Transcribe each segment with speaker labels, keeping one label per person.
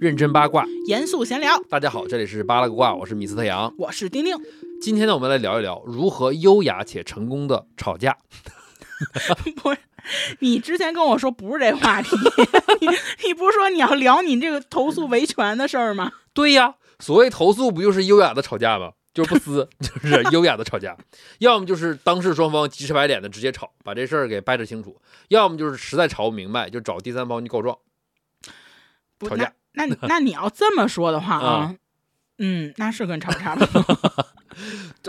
Speaker 1: 认真八卦。
Speaker 2: 严肃闲聊，
Speaker 1: 大家好，这里是八拉个卦，我是米斯特杨。
Speaker 2: 我是丁丁，
Speaker 1: 今天呢，我们来聊一聊如何优雅且成功的吵架。
Speaker 2: 不是。你之前跟我说不是这话题，你你不是说你要聊你这个投诉维权的事儿吗？
Speaker 1: 对呀，所谓投诉不就是优雅的吵架吗？就是不 撕，就是优雅的吵架。要么就是当事双方急赤白脸的直接吵，把这事儿给掰扯清楚；要么就是实在吵不明白，就找第三方去告状。
Speaker 2: 不
Speaker 1: 吵架
Speaker 2: 那那那你要这么说的话啊，嗯，那是跟吵架不多。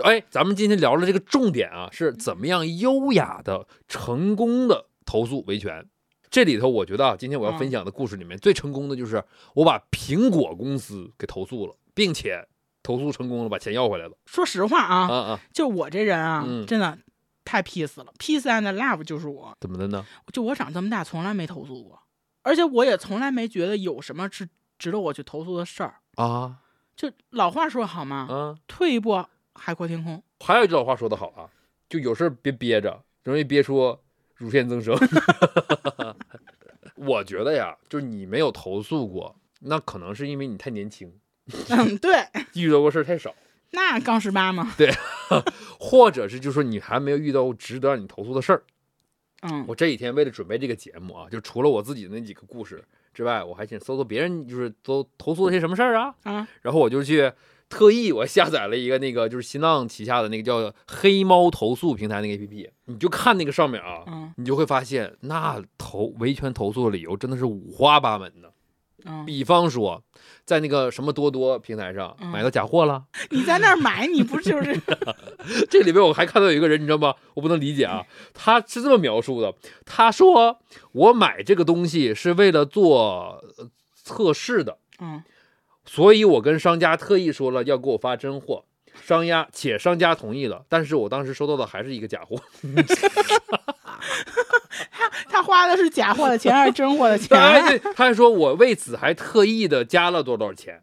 Speaker 1: 哎，咱们今天聊的这个重点啊，是怎么样优雅的、成功的投诉维权。这里头，我觉得啊，今天我要分享的故事里面、最成功的就是我把苹果公司给投诉了，并且投诉成功了，把钱要回来了。
Speaker 2: 说实话啊，
Speaker 1: 啊啊，
Speaker 2: 就我这人啊，
Speaker 1: 嗯
Speaker 2: 真的太 peace 了，peace and love 就是我，
Speaker 1: 怎么的呢？
Speaker 2: 就我长这么大从来没投诉过，而且我也从来没觉得有什么是值得我去投诉的事儿。
Speaker 1: 啊
Speaker 2: 就老话说好嘛，
Speaker 1: 啊，
Speaker 2: 退一步海阔天空。
Speaker 1: 还有一句老话说得好啊，就有事儿别憋着，容易憋出乳腺增生。 我觉得呀，就是你没有投诉过，那可能是因为你太年轻，
Speaker 2: 嗯，对，
Speaker 1: 遇到过事儿太少。
Speaker 2: 那刚十八嘛，
Speaker 1: 或者是就说你还没有遇到值得让你投诉的事儿。
Speaker 2: 嗯
Speaker 1: 我这几天为了准备这个节目啊，就除了我自己的那几个故事之外，我还想搜搜别人就是都投诉了些什么事儿啊。
Speaker 2: 啊，
Speaker 1: 然后我就去特意我下载了一个那个就是新浪旗下的那个叫黑猫投诉平台那个 APP，你就看那个上面啊，
Speaker 2: 嗯
Speaker 1: 你就会发现那投维权投诉的理由真的是五花八门的。
Speaker 2: 嗯，
Speaker 1: 比方说，在那个什么多多平台上
Speaker 2: 嗯
Speaker 1: 买到假货了。
Speaker 2: 你在那儿买，你不就是
Speaker 1: 这里边我还看到有一个人，你知道吗？我不能理解啊，他是这么描述的：他说我买这个东西是为了做呃测试的，
Speaker 2: 嗯
Speaker 1: 所以我跟商家特意说了要给我发真货，商家且商家同意了，但是我当时收到的还是一个假货，
Speaker 2: 他花的是假货的钱还是真货的钱？啊
Speaker 1: 哎对他还说我为此还特意的加了多少钱。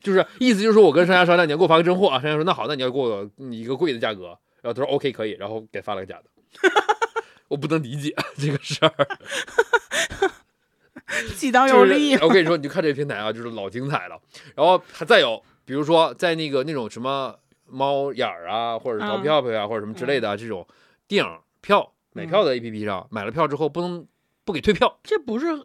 Speaker 1: 就是意思就是说我跟商家商量，你要给我发个真货啊。商家说那好，那你要给我嗯一个贵的价格，然后他说 OK 可以，然后给发了个假的。 我不能理解啊这个事儿。
Speaker 2: 既当
Speaker 1: 就
Speaker 2: 又
Speaker 1: 是
Speaker 2: 立，
Speaker 1: 我跟你说，你就看这个平台啊，就是老精彩了。然后还再有，比如说在那个那种什么猫眼儿啊，或者是淘
Speaker 2: 嗯
Speaker 1: 票票啊，或者什么之类的、啊、这种电影票买
Speaker 2: 嗯
Speaker 1: 票的 APP 上，买了票之后不能不给退票。
Speaker 2: 这不是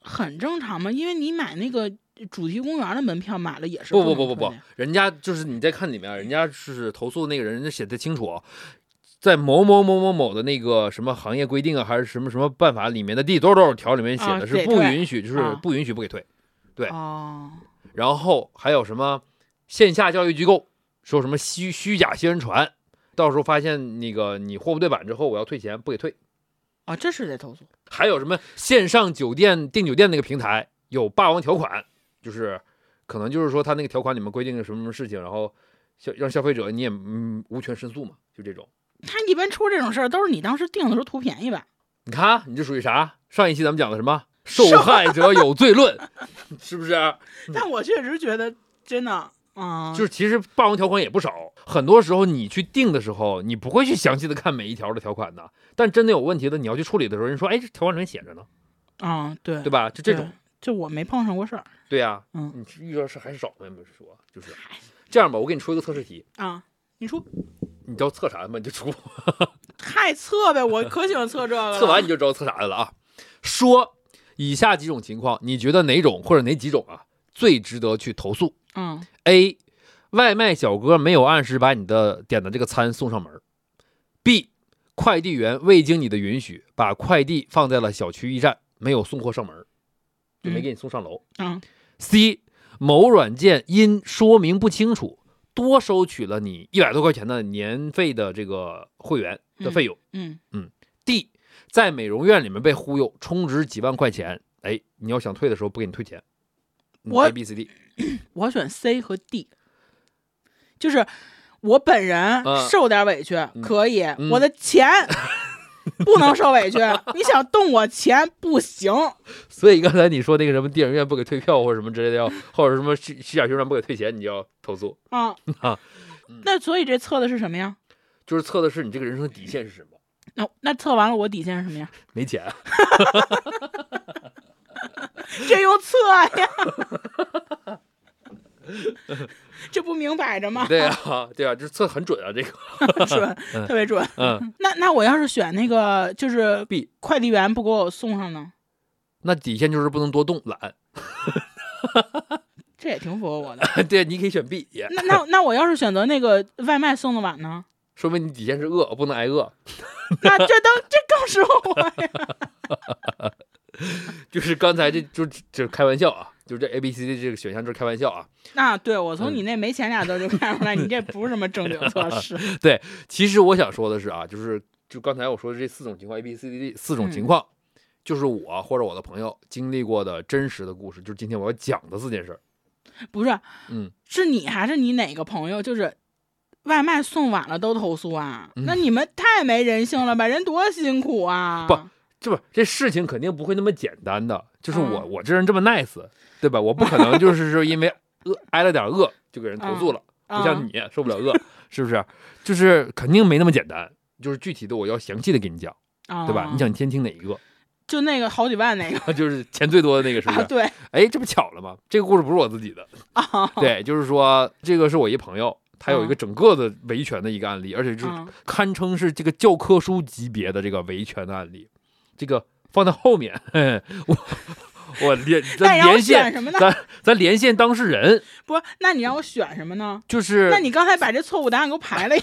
Speaker 2: 很正常吗？因为你买那个主题公园的门票买了也是
Speaker 1: 不不
Speaker 2: 能
Speaker 1: 不不
Speaker 2: 退
Speaker 1: 不
Speaker 2: 的呀，
Speaker 1: 人家就是你在看里面，人家是投诉那个人，人家写的清楚，在某某某某某的那个什么行业规定啊，还是什么什么办法里面的第多少多少条里面写
Speaker 2: 啊
Speaker 1: 的是
Speaker 2: 给
Speaker 1: 不
Speaker 2: 退
Speaker 1: 允许，就是
Speaker 2: 啊
Speaker 1: 不允许不给退。对
Speaker 2: 哦，
Speaker 1: 然后还有什么线下教育机构说什么虚虚假宣传，到时候发现那个你货不对版之后，我要退钱，不给退。
Speaker 2: 哦，这是得投诉
Speaker 1: 还有什么线上酒店订酒店那个平台有霸王条款，就是可能就是说他那个条款里面规定了什么什么事情，然后消让消费者你也嗯无权申诉嘛，就这种。
Speaker 2: 他一般出这种事儿都是你当时定的时候图便宜吧？
Speaker 1: 你看你这属于啥？上一期咱们讲的什么？受害者有罪论，是不是？
Speaker 2: 但我确实觉得真的，嗯，
Speaker 1: 就是其实霸王条款也不少，很多时候你去定的时候，你不会去详细的看每一条的条款的，但真的有问题的，你要去处理的时候，人说，哎，这条款里面写着呢，
Speaker 2: 嗯，对
Speaker 1: 对吧？就这种
Speaker 2: 对，就我没碰上过事儿
Speaker 1: 对呀、
Speaker 2: 嗯
Speaker 1: 你遇到事还少呢，没说，就是这样吧，我给你出一个测试题，
Speaker 2: 啊。你说
Speaker 1: 你知道测啥吗？你就出，
Speaker 2: 太测呗，我可喜欢测这个 了。
Speaker 1: 测完你就知道测啥的了啊。说以下几种情况，你觉得哪种或者哪几种啊最值得去投诉
Speaker 2: 嗯，
Speaker 1: ？A. 外卖小哥没有按时把你的点的这个餐送上门儿。B. 快递员未经你的允许把快递放在了小区驿站，没有送货上门儿，就没
Speaker 2: 嗯
Speaker 1: 给你送上楼。
Speaker 2: 嗯
Speaker 1: C. 某软件因说明不清楚，多收取了你一百多块钱的年费的这个会员的费用。
Speaker 2: 嗯
Speaker 1: D. 在美容院里面被忽悠，充值几万块钱，哎，你要想退的时候不给你退钱。嗯
Speaker 2: 我
Speaker 1: A B C D，
Speaker 2: 我选 C 和 D，就是我本人
Speaker 1: 嗯
Speaker 2: 受点委屈、
Speaker 1: 嗯
Speaker 2: 可以，
Speaker 1: 嗯
Speaker 2: 我的 钱不能受委屈。你想动我钱不行，
Speaker 1: 所以刚才你说那个什么电影院不给退票或者什么之类的要，或者什么虚虚假宣传不给退钱，你就要投诉。
Speaker 2: 啊。
Speaker 1: 嗯
Speaker 2: 那所以这测的是什么呀？
Speaker 1: 就是测的是你这个人生的底线是什么，
Speaker 2: 那、那测完了我底线是什么呀？
Speaker 1: 没钱。
Speaker 2: 这又测呀， 这不明摆 着吗？
Speaker 1: 对啊，对啊，这测很准啊，这个，
Speaker 2: 准，
Speaker 1: 嗯
Speaker 2: 特别准。
Speaker 1: 嗯，
Speaker 2: 那那我要是选那个就是
Speaker 1: B
Speaker 2: 快递员不给我送上呢，
Speaker 1: 那底线就是不能多动，懒。
Speaker 2: 这也挺符合我的。
Speaker 1: 对，啊你可以选 B，也
Speaker 2: 那那那我要是选择那个外卖送的晚呢？
Speaker 1: 说明你底线是饿，不能挨饿，
Speaker 2: 那这都这更适合我呀。
Speaker 1: 就是刚才这就就是开玩笑啊，就是这 A B C D 这个选项就是开玩笑啊。
Speaker 2: 那对我从你那没钱俩字儿就看出来，你这不是什么正 经测试。
Speaker 1: 其实我想说的是啊，就是就刚才我说的这四种情况 A B C D 四种情况，就是我或者我的朋友经历过的真实的故事，就是今天我要讲的四件事儿。
Speaker 2: 不是，
Speaker 1: 嗯，
Speaker 2: 是你还是你哪个朋友？就是外卖送晚了都投诉啊？
Speaker 1: 嗯
Speaker 2: 那你们太没人性了吧？人多辛苦啊！
Speaker 1: 不这不这事情肯定不会那么简单的，就是我、
Speaker 2: 嗯
Speaker 1: 我这人这么 nice，对吧？我不可能就是是 因为饿挨了点饿就给人投诉了，
Speaker 2: 啊
Speaker 1: 不像你受不了饿，是不是？就是肯定没那么简单，就是具体的我要详细的给你讲，
Speaker 2: 啊，
Speaker 1: 对吧？你想先听哪一个？
Speaker 2: 就那个好几万那个
Speaker 1: 就是钱最多的那个是不
Speaker 2: 啊？
Speaker 1: 是？
Speaker 2: 对
Speaker 1: 哎，这不巧了吗？这个故事不是我自己的，
Speaker 2: 啊，
Speaker 1: 对，就是说这个是我一朋友，他有一个
Speaker 2: 嗯
Speaker 1: 整个的维权的一个案例，而且就是
Speaker 2: 嗯
Speaker 1: 堪称是这个教科书级别的这个维权的案例。这个放在后面， 嘿嘿我 我连
Speaker 2: 那
Speaker 1: 咱
Speaker 2: 你让我
Speaker 1: 连
Speaker 2: 选
Speaker 1: 线，
Speaker 2: 什么呢？
Speaker 1: 咱咱连线当事人，
Speaker 2: 不是，那你让我选什么呢？
Speaker 1: 就是
Speaker 2: 那你刚才把这错误答案给我排了呀？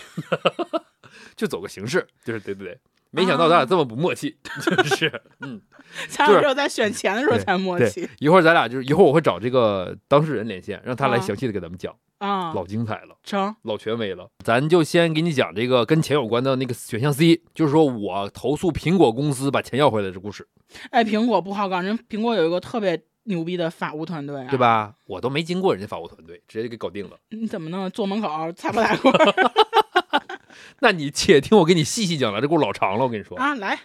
Speaker 1: 就走个形式，就是对对
Speaker 2: 啊
Speaker 1: 对。没想到咱俩这么不默契， 就是嗯，
Speaker 2: 咱
Speaker 1: 就是
Speaker 2: 俩只有在选钱的时候才默契
Speaker 1: 一会儿咱俩就是一会儿我会找这个当事人连线，让他来
Speaker 2: 啊
Speaker 1: 详细的给咱们讲，
Speaker 2: 啊。
Speaker 1: 老精彩了。
Speaker 2: 成，
Speaker 1: 老权威了，咱就先给你讲这个跟钱有关的那个选项 C，就是说我投诉苹果公司把钱要回来这故事，
Speaker 2: 哎，苹果不好搞，人苹果有一个特别牛逼的法务团队啊，
Speaker 1: 对？吧？我都没经过人家法务团队，直接就给搞定了。
Speaker 2: 你怎么弄？坐门口擦不打滚 儿
Speaker 1: 那你且听我给你细细讲来，这故事老长了，我跟你说。
Speaker 2: 啊？来，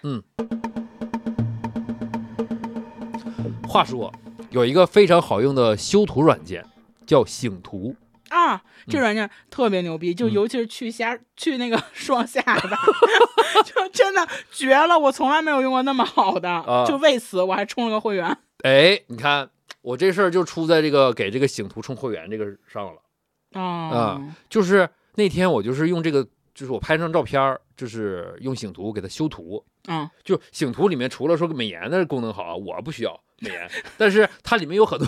Speaker 1: 话说，有一个非常好用的修图软件叫醒图，嗯
Speaker 2: 啊，这软件特别牛逼，就尤其是去下去那个 双下巴，就真的绝了！我从来没有用过那么好的，
Speaker 1: 啊
Speaker 2: 就为此我还充了个会员。
Speaker 1: 哎，你看我这事儿就出在这个给这个醒图充会员这个上了。
Speaker 2: 啊
Speaker 1: 就是那天我就是用这个，就是我拍张照片儿，就是用醒图给它修图，
Speaker 2: 啊
Speaker 1: 就醒图里面除了说美颜的功能好啊，我不需要美颜，但是它里面有很多，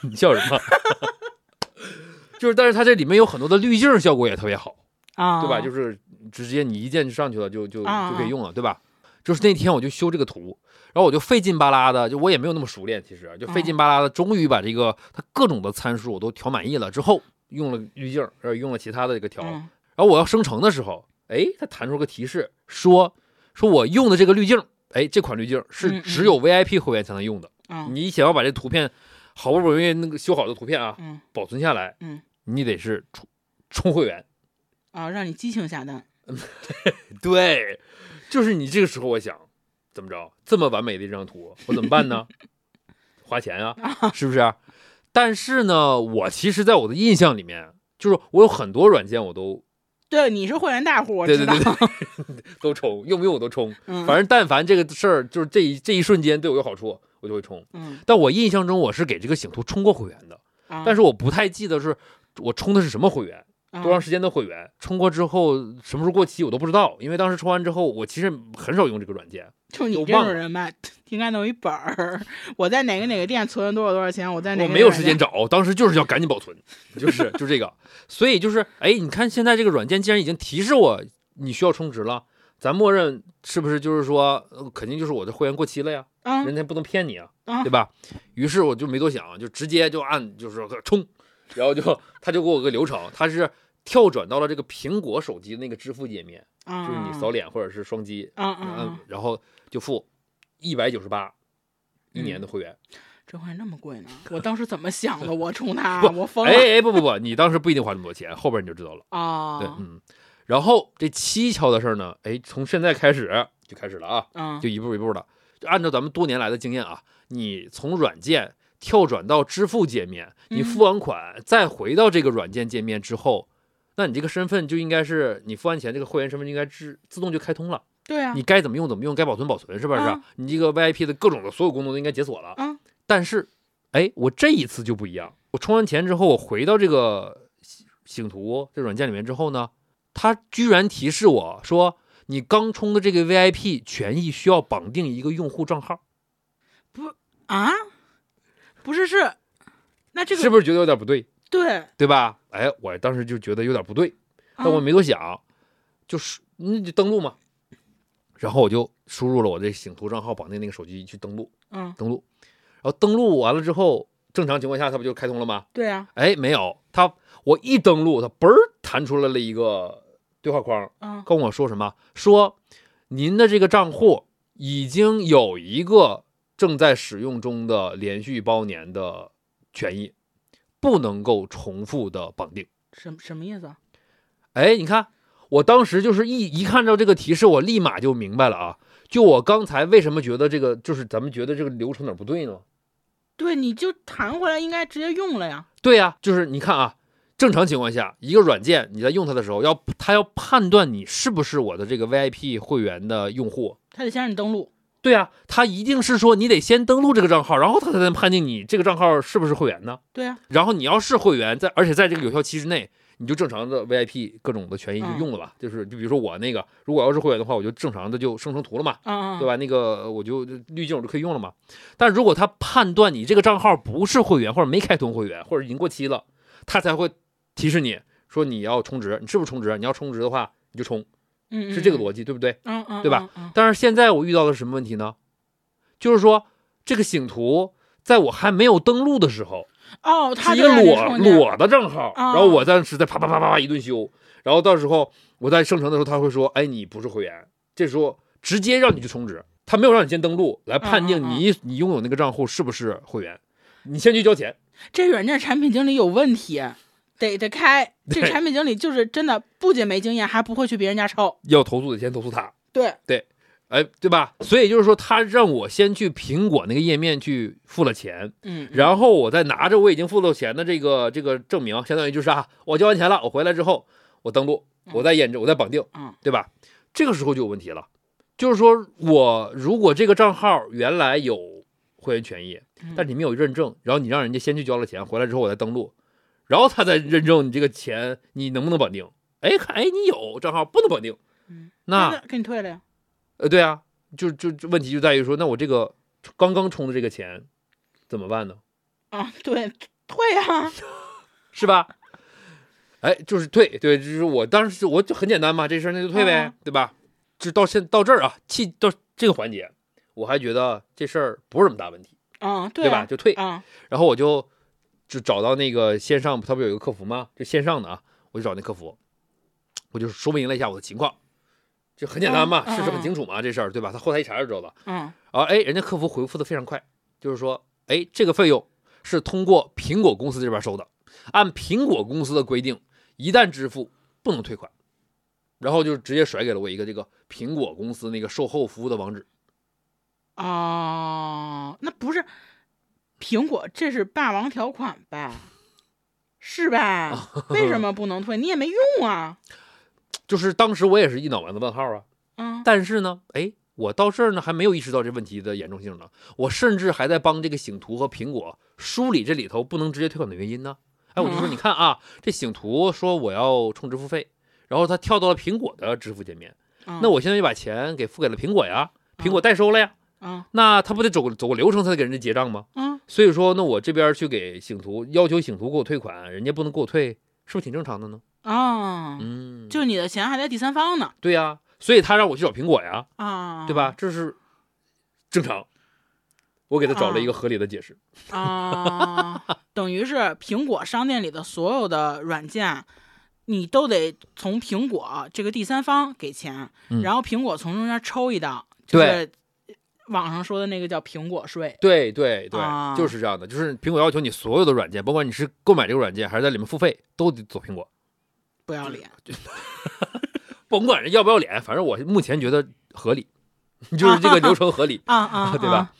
Speaker 1: 你笑什么？ 就是，但是它这里面有很多的滤镜效果也特别好，
Speaker 2: 啊！
Speaker 1: 对吧？就是是直接你一键就上去了，就就
Speaker 2: 啊
Speaker 1: 就可以用了，对吧？就是那天我就修这个图，然后我就费劲巴拉的，就我也没有那么熟练，其实就费
Speaker 2: 嗯
Speaker 1: 劲巴拉的，终于把这个它各种的参数我都调满意了之后，用了滤镜，呃，用了其他的这个调，
Speaker 2: 嗯
Speaker 1: 然后我要生成的时候，哎，它弹出个提示说说我用的这个滤镜，哎，这款滤镜是
Speaker 2: 嗯嗯
Speaker 1: 只有 VIP 会员才能用的。
Speaker 2: 啊
Speaker 1: 你想要把这图片好不容易那个修好的图片啊
Speaker 2: 嗯
Speaker 1: 保存下来，
Speaker 2: 嗯
Speaker 1: 你得是充充会员。
Speaker 2: 啊，让你激情下单。
Speaker 1: 对，就是你这个时候，我想怎么着，这么完美的一张图，我怎么办呢？花钱啊，是不是？但是呢，我其实在我的印象里面，就是我有很多软件我都
Speaker 2: 对，你是会员大户，我
Speaker 1: 对
Speaker 2: 知
Speaker 1: 对
Speaker 2: 道。
Speaker 1: 对对，都充，用不用我都充。
Speaker 2: 嗯，
Speaker 1: 反正但凡这个事儿，就是这一这一瞬间对我有好处，我就会充。
Speaker 2: 嗯，
Speaker 1: 但我印象中我是给这个醒图充过会员的，
Speaker 2: 啊
Speaker 1: 但是我不太记得是我充的是什么会员，
Speaker 2: 啊
Speaker 1: 多长时间的会员，充过之后什么时候过期我都不知道，因为当时充完之后，我其实很少用这个软件。
Speaker 2: 就你
Speaker 1: 都
Speaker 2: 这
Speaker 1: 忘
Speaker 2: 种
Speaker 1: 了
Speaker 2: 人吧，应该弄一本儿。我在哪个哪个店存了多少多少钱？我在哪
Speaker 1: 我
Speaker 2: 个
Speaker 1: 没有
Speaker 2: 哪个
Speaker 1: 时间
Speaker 2: 店
Speaker 1: 找，当时就是要赶紧保存，就是就这个， 所以就是哎，你看现在这个软件既然已经提示我你需要充值了，咱默认是不是就是说，呃肯定就是我的会员过期了呀，人家不能骗你啊，
Speaker 2: 啊
Speaker 1: 对吧？于是我就没多想，就直接就按就是说冲，然后就他就给我个流程，他是跳转到了这个苹果手机那个支付界面，
Speaker 2: 啊啊！
Speaker 1: 就是你扫脸或者是双击，
Speaker 2: 啊啊
Speaker 1: 嗯
Speaker 2: 啊！，
Speaker 1: 然后就付一百九十八一年的会员。
Speaker 2: 这会那么贵呢？我当时怎么想的？我冲他，
Speaker 1: 不
Speaker 2: 我疯了
Speaker 1: 哎哎，不不不，你当时不一定花这么多钱，后边你就知道了。
Speaker 2: 啊！
Speaker 1: 对，嗯。然后这蹊跷的事儿呢，哎，从现在开始就开始了啊，
Speaker 2: 嗯，
Speaker 1: 就一步一步的，就按照咱们多年来的经验啊，你从软件跳转到支付界面，你
Speaker 2: 嗯
Speaker 1: 付完款再回到这个软件界面之后，那你这个身份就应该是你付完钱，这个会员身份就应该自自动就开通了，
Speaker 2: 对啊
Speaker 1: 你，该怎么用怎么用，该保存保存，是不是？
Speaker 2: 啊
Speaker 1: 你这个 VIP 的各种的所有功能都应该解锁了
Speaker 2: 啊，
Speaker 1: 但是哎，我这一次就不一样，我充完钱之后，我回到这个醒醒图这软件里面之后呢，它居然提示我说，你刚充的这个 VIP 权益需要绑定一个用户账号，
Speaker 2: 啊，不是是，那这个
Speaker 1: 是不是觉得有点不对？
Speaker 2: 对，
Speaker 1: 对吧？哎，我当时就觉得有点不对，但我
Speaker 2: 啊
Speaker 1: 没多想，就是那就登录嘛。然后我就输入了我这醒图账号绑定那个手机去登录，
Speaker 2: 嗯，
Speaker 1: 登录，然后登录完了之后，正常情况下它不就开通了吗？
Speaker 2: 对啊，
Speaker 1: 哎，没有，它我一登录，它嘣儿弹出来了一个对话框，
Speaker 2: 嗯，
Speaker 1: 跟我说什么？说您的这个账户已经有一个正在使用中的连续包年的权益，不能够重复的绑定。
Speaker 2: 什么什么意思啊？
Speaker 1: 哎，你看，我当时就是一一看到这个提示，我立马就明白了啊！就我刚才为什么觉得这个，就是咱们觉得这个流程哪儿不对呢？
Speaker 2: 对，你就弹回来应该直接用了呀。
Speaker 1: 对呀、就是你看啊，正常情况下，一个软件你在用它的时候，要它要判断你是不是我的这个 VIP 会员的用户。
Speaker 2: 他得先让你登录，
Speaker 1: 对呀、它一定是说你得先登录这个账号，然后它才能判定你这个账号是不是会员呢。
Speaker 2: 对啊，
Speaker 1: 然后你要是会员，在而且在这个有效期之内，你就正常的 VIP 各种的权益就
Speaker 2: 嗯
Speaker 1: 用了吧。就是就比如说我那个，如果要是会员的话，我就正常的就生成图了嘛，
Speaker 2: 嗯嗯，
Speaker 1: 对吧？那个我就滤镜我就可以用了嘛。但如果他判断你这个账号不是会员，或者没开通会员，或者已经过期了，他才会提示你说你要充值，你是不是充值？你要充值的话，你就充，
Speaker 2: 嗯？嗯，
Speaker 1: 是这个
Speaker 2: 嗯
Speaker 1: 逻辑，对不对？
Speaker 2: 嗯嗯，
Speaker 1: 对吧
Speaker 2: 嗯？嗯
Speaker 1: 但是现在我遇到的是什么问题呢？就是说这个醒图在我还没有登录的时候，
Speaker 2: 哦，他
Speaker 1: 是一
Speaker 2: 就
Speaker 1: 个
Speaker 2: 让你
Speaker 1: 裸
Speaker 2: 充去，
Speaker 1: 裸的账号，
Speaker 2: 啊
Speaker 1: 然后我当时在啪啪啪啪啪一顿修，然后到时候我在生成的时候，他会说，哎，你不是会员，这时候直接让你去充值，他没有让你先登录来判定
Speaker 2: 嗯嗯嗯
Speaker 1: 你你拥有那个账户是不是会员，你先去交钱，
Speaker 2: 这软件产品经理有问题，得 得开。这
Speaker 1: 对
Speaker 2: 产品经理就是真的，不仅没经验，还不会去别人家抄。
Speaker 1: 要投诉得先投诉他，
Speaker 2: 对，
Speaker 1: 哎，对吧？所以就是说，他让我先去苹果那个页面去付了钱，
Speaker 2: 嗯，
Speaker 1: 然后我再拿着我已经付了钱的这个这个证明，相当于就是啊，我交完钱了，我回来之后我登录，我再验证，我再绑定，
Speaker 2: 嗯，
Speaker 1: 对吧？这个时候就有问题了，就是说我如果这个账号原来有会员权益，
Speaker 2: 嗯
Speaker 1: 但你没有认证，然后你让人家先去交了钱，回来之后我再登录，然后他再认证你这个钱你能不能绑定？哎，看哎你有账号不能绑定
Speaker 2: 嗯，
Speaker 1: 那
Speaker 2: 给你退了呀。
Speaker 1: 呃，对啊，就就就问题就在于说，那我这个刚刚充的这个钱怎么办呢？
Speaker 2: 啊，对，退啊，
Speaker 1: 是吧？哎，就是退，对，就是我当时我就很简单嘛，这事儿那就退呗，
Speaker 2: 嗯
Speaker 1: 对吧？就到现到这儿啊，气到这个环节，我还觉得这事儿不是什么大问题，
Speaker 2: 啊，
Speaker 1: 对
Speaker 2: 对
Speaker 1: 吧？？就退，
Speaker 2: 啊，
Speaker 1: 然后我就就找到那个线上，他不有一个客服吗？就线上的啊，我就找那客服，我就说明了一下我的情况，就很简单嘛，
Speaker 2: 嗯嗯
Speaker 1: 事实很
Speaker 2: 嗯
Speaker 1: 清楚嘛，这事儿对吧？他后台一查就知道了。
Speaker 2: 嗯
Speaker 1: 啊，哎，人家客服回复的非常快，就是说，哎，这个费用是通过苹果公司这边收的，按苹果公司的规定，一旦支付不能退款，然后就直接甩给了我一个这个苹果公司那个售后服务的网址。
Speaker 2: 哦，那不是苹果，这是霸王条款吧？是 吧？为什么不能退？你也没用啊。
Speaker 1: 就是当时我也是一脑门子问号啊，
Speaker 2: 嗯，
Speaker 1: 但是呢，哎，我到这儿呢还没有意识到这问题的严重性呢，我甚至还在帮这个醒图和苹果梳理这里头不能直接退款的原因呢。哎，我就说，
Speaker 2: 嗯
Speaker 1: 你看啊，这醒图说我要充值付费，然后他跳到了苹果的支付界面。那
Speaker 2: 我
Speaker 1: 我现在就把钱给付给了苹果呀，苹果
Speaker 2: 嗯
Speaker 1: 代收了呀，
Speaker 2: 啊
Speaker 1: 那他不得走个走个流程才得给人家结账吗？
Speaker 2: 啊，
Speaker 1: 所以说，那我这边去给醒图要求醒图给我退款，人家不能给我退，是不是挺正常的呢？
Speaker 2: 啊，
Speaker 1: 嗯，
Speaker 2: 就你的钱还在第三方呢
Speaker 1: 对呀、所以他让我去找苹果呀，
Speaker 2: 啊，
Speaker 1: 对吧？？这是正常。我给他找了一个合理的解释，
Speaker 2: 啊，等于是苹果商店里的所有的软件，你都得从苹果这个第三方给钱，
Speaker 1: 嗯
Speaker 2: 然后苹果从中间抽一档，就是网上说的那个叫苹果税。
Speaker 1: 对对对，
Speaker 2: 啊
Speaker 1: 就是这样的，就是苹果要求你所有的软件，甭管你是购买这个软件还是在里面付费，都得走苹果，
Speaker 2: 不要脸，
Speaker 1: 甭管人要不要脸，反正我目前觉得合理， 就是这个流程合理。
Speaker 2: 啊啊，
Speaker 1: 对吧？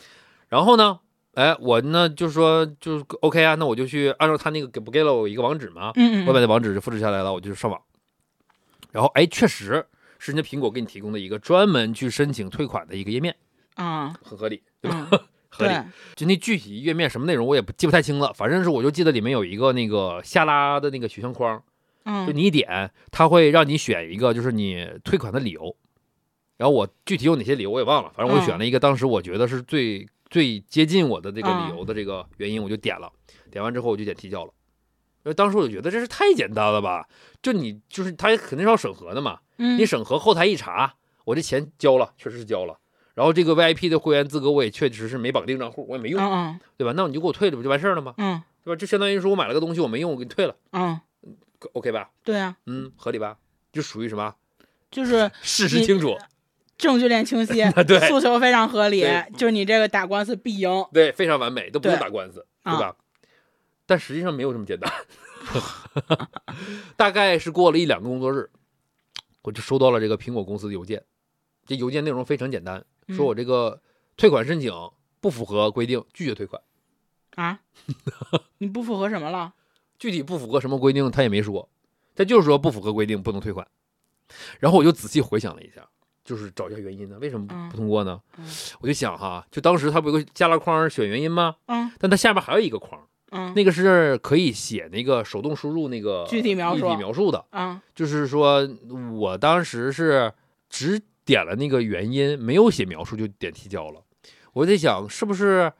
Speaker 1: 然后呢，哎，我呢就说就是 OK 啊，那我就去按照他那个给不给了我一个网址嘛，
Speaker 2: 嗯
Speaker 1: 我把
Speaker 2: 嗯，
Speaker 1: 那网址就复制下来了，我就上网。然后哎，确实是人家苹果给你提供的一个专门去申请退款的一个页面，
Speaker 2: 啊，
Speaker 1: 很合理，对吧？
Speaker 2: 嗯
Speaker 1: 合理。
Speaker 2: 对，
Speaker 1: 就那具体页面什么内容我也不记不太清了，反正是我就记得里面有一个那个下拉的那个选项框，就
Speaker 2: 嗯，
Speaker 1: 你一点，它会让你选一个就是你退款的理由，然后我具体有哪些理由我也忘了，
Speaker 2: 嗯
Speaker 1: 反正我选了一个当时我觉得是最、最接近我的这个理
Speaker 2: 嗯
Speaker 1: 由的这个原因，我就点了，点完之后我就点提交了。因为当时我就觉得这是太简单了吧，就你就是他肯定是要审核的嘛，
Speaker 2: 嗯
Speaker 1: 你审核后台一查，我这钱交了，确实是交了。然后这个 VIP 的会员资格我也确实是没绑定账户，我也没用，
Speaker 2: 嗯
Speaker 1: 对吧？那你就给我退了，不就完事儿了吗？
Speaker 2: 嗯
Speaker 1: 对吧？这相当于说我买了个东西我没用，我给你退了
Speaker 2: 嗯嗯，
Speaker 1: 可，OK 吧？
Speaker 2: 对啊，
Speaker 1: 嗯，合理吧？就属于什么
Speaker 2: 就是
Speaker 1: 事实
Speaker 2: 你
Speaker 1: 清楚，，
Speaker 2: 证据链清晰
Speaker 1: 对
Speaker 2: 诉求非常合理
Speaker 1: 对，
Speaker 2: 就是你这个打官司必赢。
Speaker 1: 对，非常完美，都不用
Speaker 2: 对
Speaker 1: 打官司，对
Speaker 2: 啊
Speaker 1: 吧？但实际上没有这么简单， 大概是过了一两个工作日，我就收到了这个苹果公司的邮件，这邮件内容非常简单，
Speaker 2: 嗯
Speaker 1: 说我这个退款申请不符合规定，拒绝退款。
Speaker 2: 啊， 你不符合什么了？
Speaker 1: 具体不符合什么规定他也没说，他就是说不符合规定不能退款。然后我就仔细回想了一下，就是找一下原因呢，为什么
Speaker 2: 嗯
Speaker 1: 不不通过呢？
Speaker 2: 嗯
Speaker 1: 我就想哈，就当时他不有个加拉框选原因吗？
Speaker 2: 嗯
Speaker 1: 但它下面还有一个框，
Speaker 2: 嗯
Speaker 1: 那个是可以写那个手动输入那个
Speaker 2: 具体描述
Speaker 1: 具体描述的，
Speaker 2: 嗯
Speaker 1: 就是说我当时是只点了那个原因，没有写描述就点提交了。我在想是不是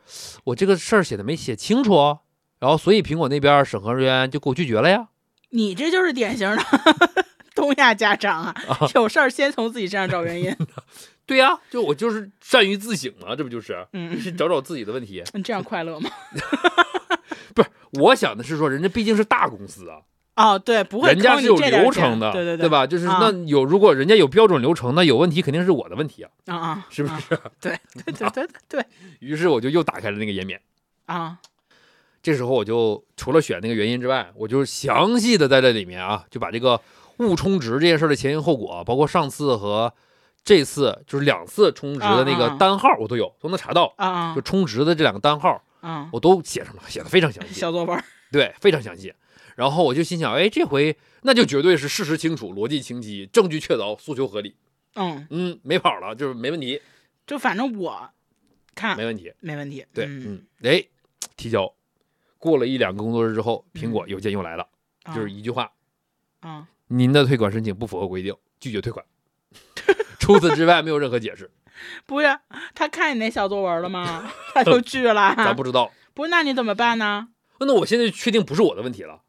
Speaker 1: 我这个事儿写的没写清楚，哦然后所以苹果那边审核人员就给我拒绝了呀？
Speaker 2: 你这就是典型的 东亚家长啊，有事儿先从自己身上找原因。
Speaker 1: 对呀、就我就是善于自省嘛，这不就是
Speaker 2: 嗯，
Speaker 1: 是找找自己的问题？
Speaker 2: 你这样快乐吗？
Speaker 1: 我想的是说，人家毕竟是大公司啊，
Speaker 2: 哦，对，不会
Speaker 1: 人家
Speaker 2: 坑
Speaker 1: 是
Speaker 2: 你
Speaker 1: 有
Speaker 2: 这点
Speaker 1: 流
Speaker 2: 儿
Speaker 1: 程
Speaker 2: 钱
Speaker 1: 的，
Speaker 2: 对对
Speaker 1: 对？吧？就是
Speaker 2: 啊
Speaker 1: 那有如果人家有标准流程，那有问题肯定是我的问题啊，
Speaker 2: 啊啊，
Speaker 1: 是不
Speaker 2: 啊？
Speaker 1: 是？
Speaker 2: 对对对对对对
Speaker 1: 于是我就又打开了那个页面。
Speaker 2: 啊，
Speaker 1: 这时候我就除了选那个原因之外，我就详细的在这里面啊，就把这个误充值这件事儿的前因后果，包括上次和这次就是两次充值的那
Speaker 2: 啊啊
Speaker 1: 个
Speaker 2: 啊
Speaker 1: 单号，我都有都能查到，
Speaker 2: 啊啊
Speaker 1: 就充值的这两个单号
Speaker 2: 啊！
Speaker 1: 我都写上了，写的非常详细，
Speaker 2: 小作文儿，
Speaker 1: 对，非常详细。然后我就心想，哎，这回那就绝对是事实清楚、逻辑清晰、证据确凿、诉求合理，
Speaker 2: 嗯，
Speaker 1: 嗯，没跑了，就是没问题，
Speaker 2: 就反正我看
Speaker 1: 没问题。
Speaker 2: 没问题。
Speaker 1: 对，
Speaker 2: 嗯，
Speaker 1: 嗯，哎，提交。过了一两个工作日之后，苹果邮件又来了，
Speaker 2: 嗯
Speaker 1: 就是一句话：
Speaker 2: 啊
Speaker 1: 您的退款申请不符合规定，拒绝退款。 除此之外没有任何解释，
Speaker 2: 啊，不是他看你那小作文 了吗？他就拒了。
Speaker 1: 咱不知道。
Speaker 2: 不是，那你怎么办呢？
Speaker 1: 那我现在确定不是我的问题了，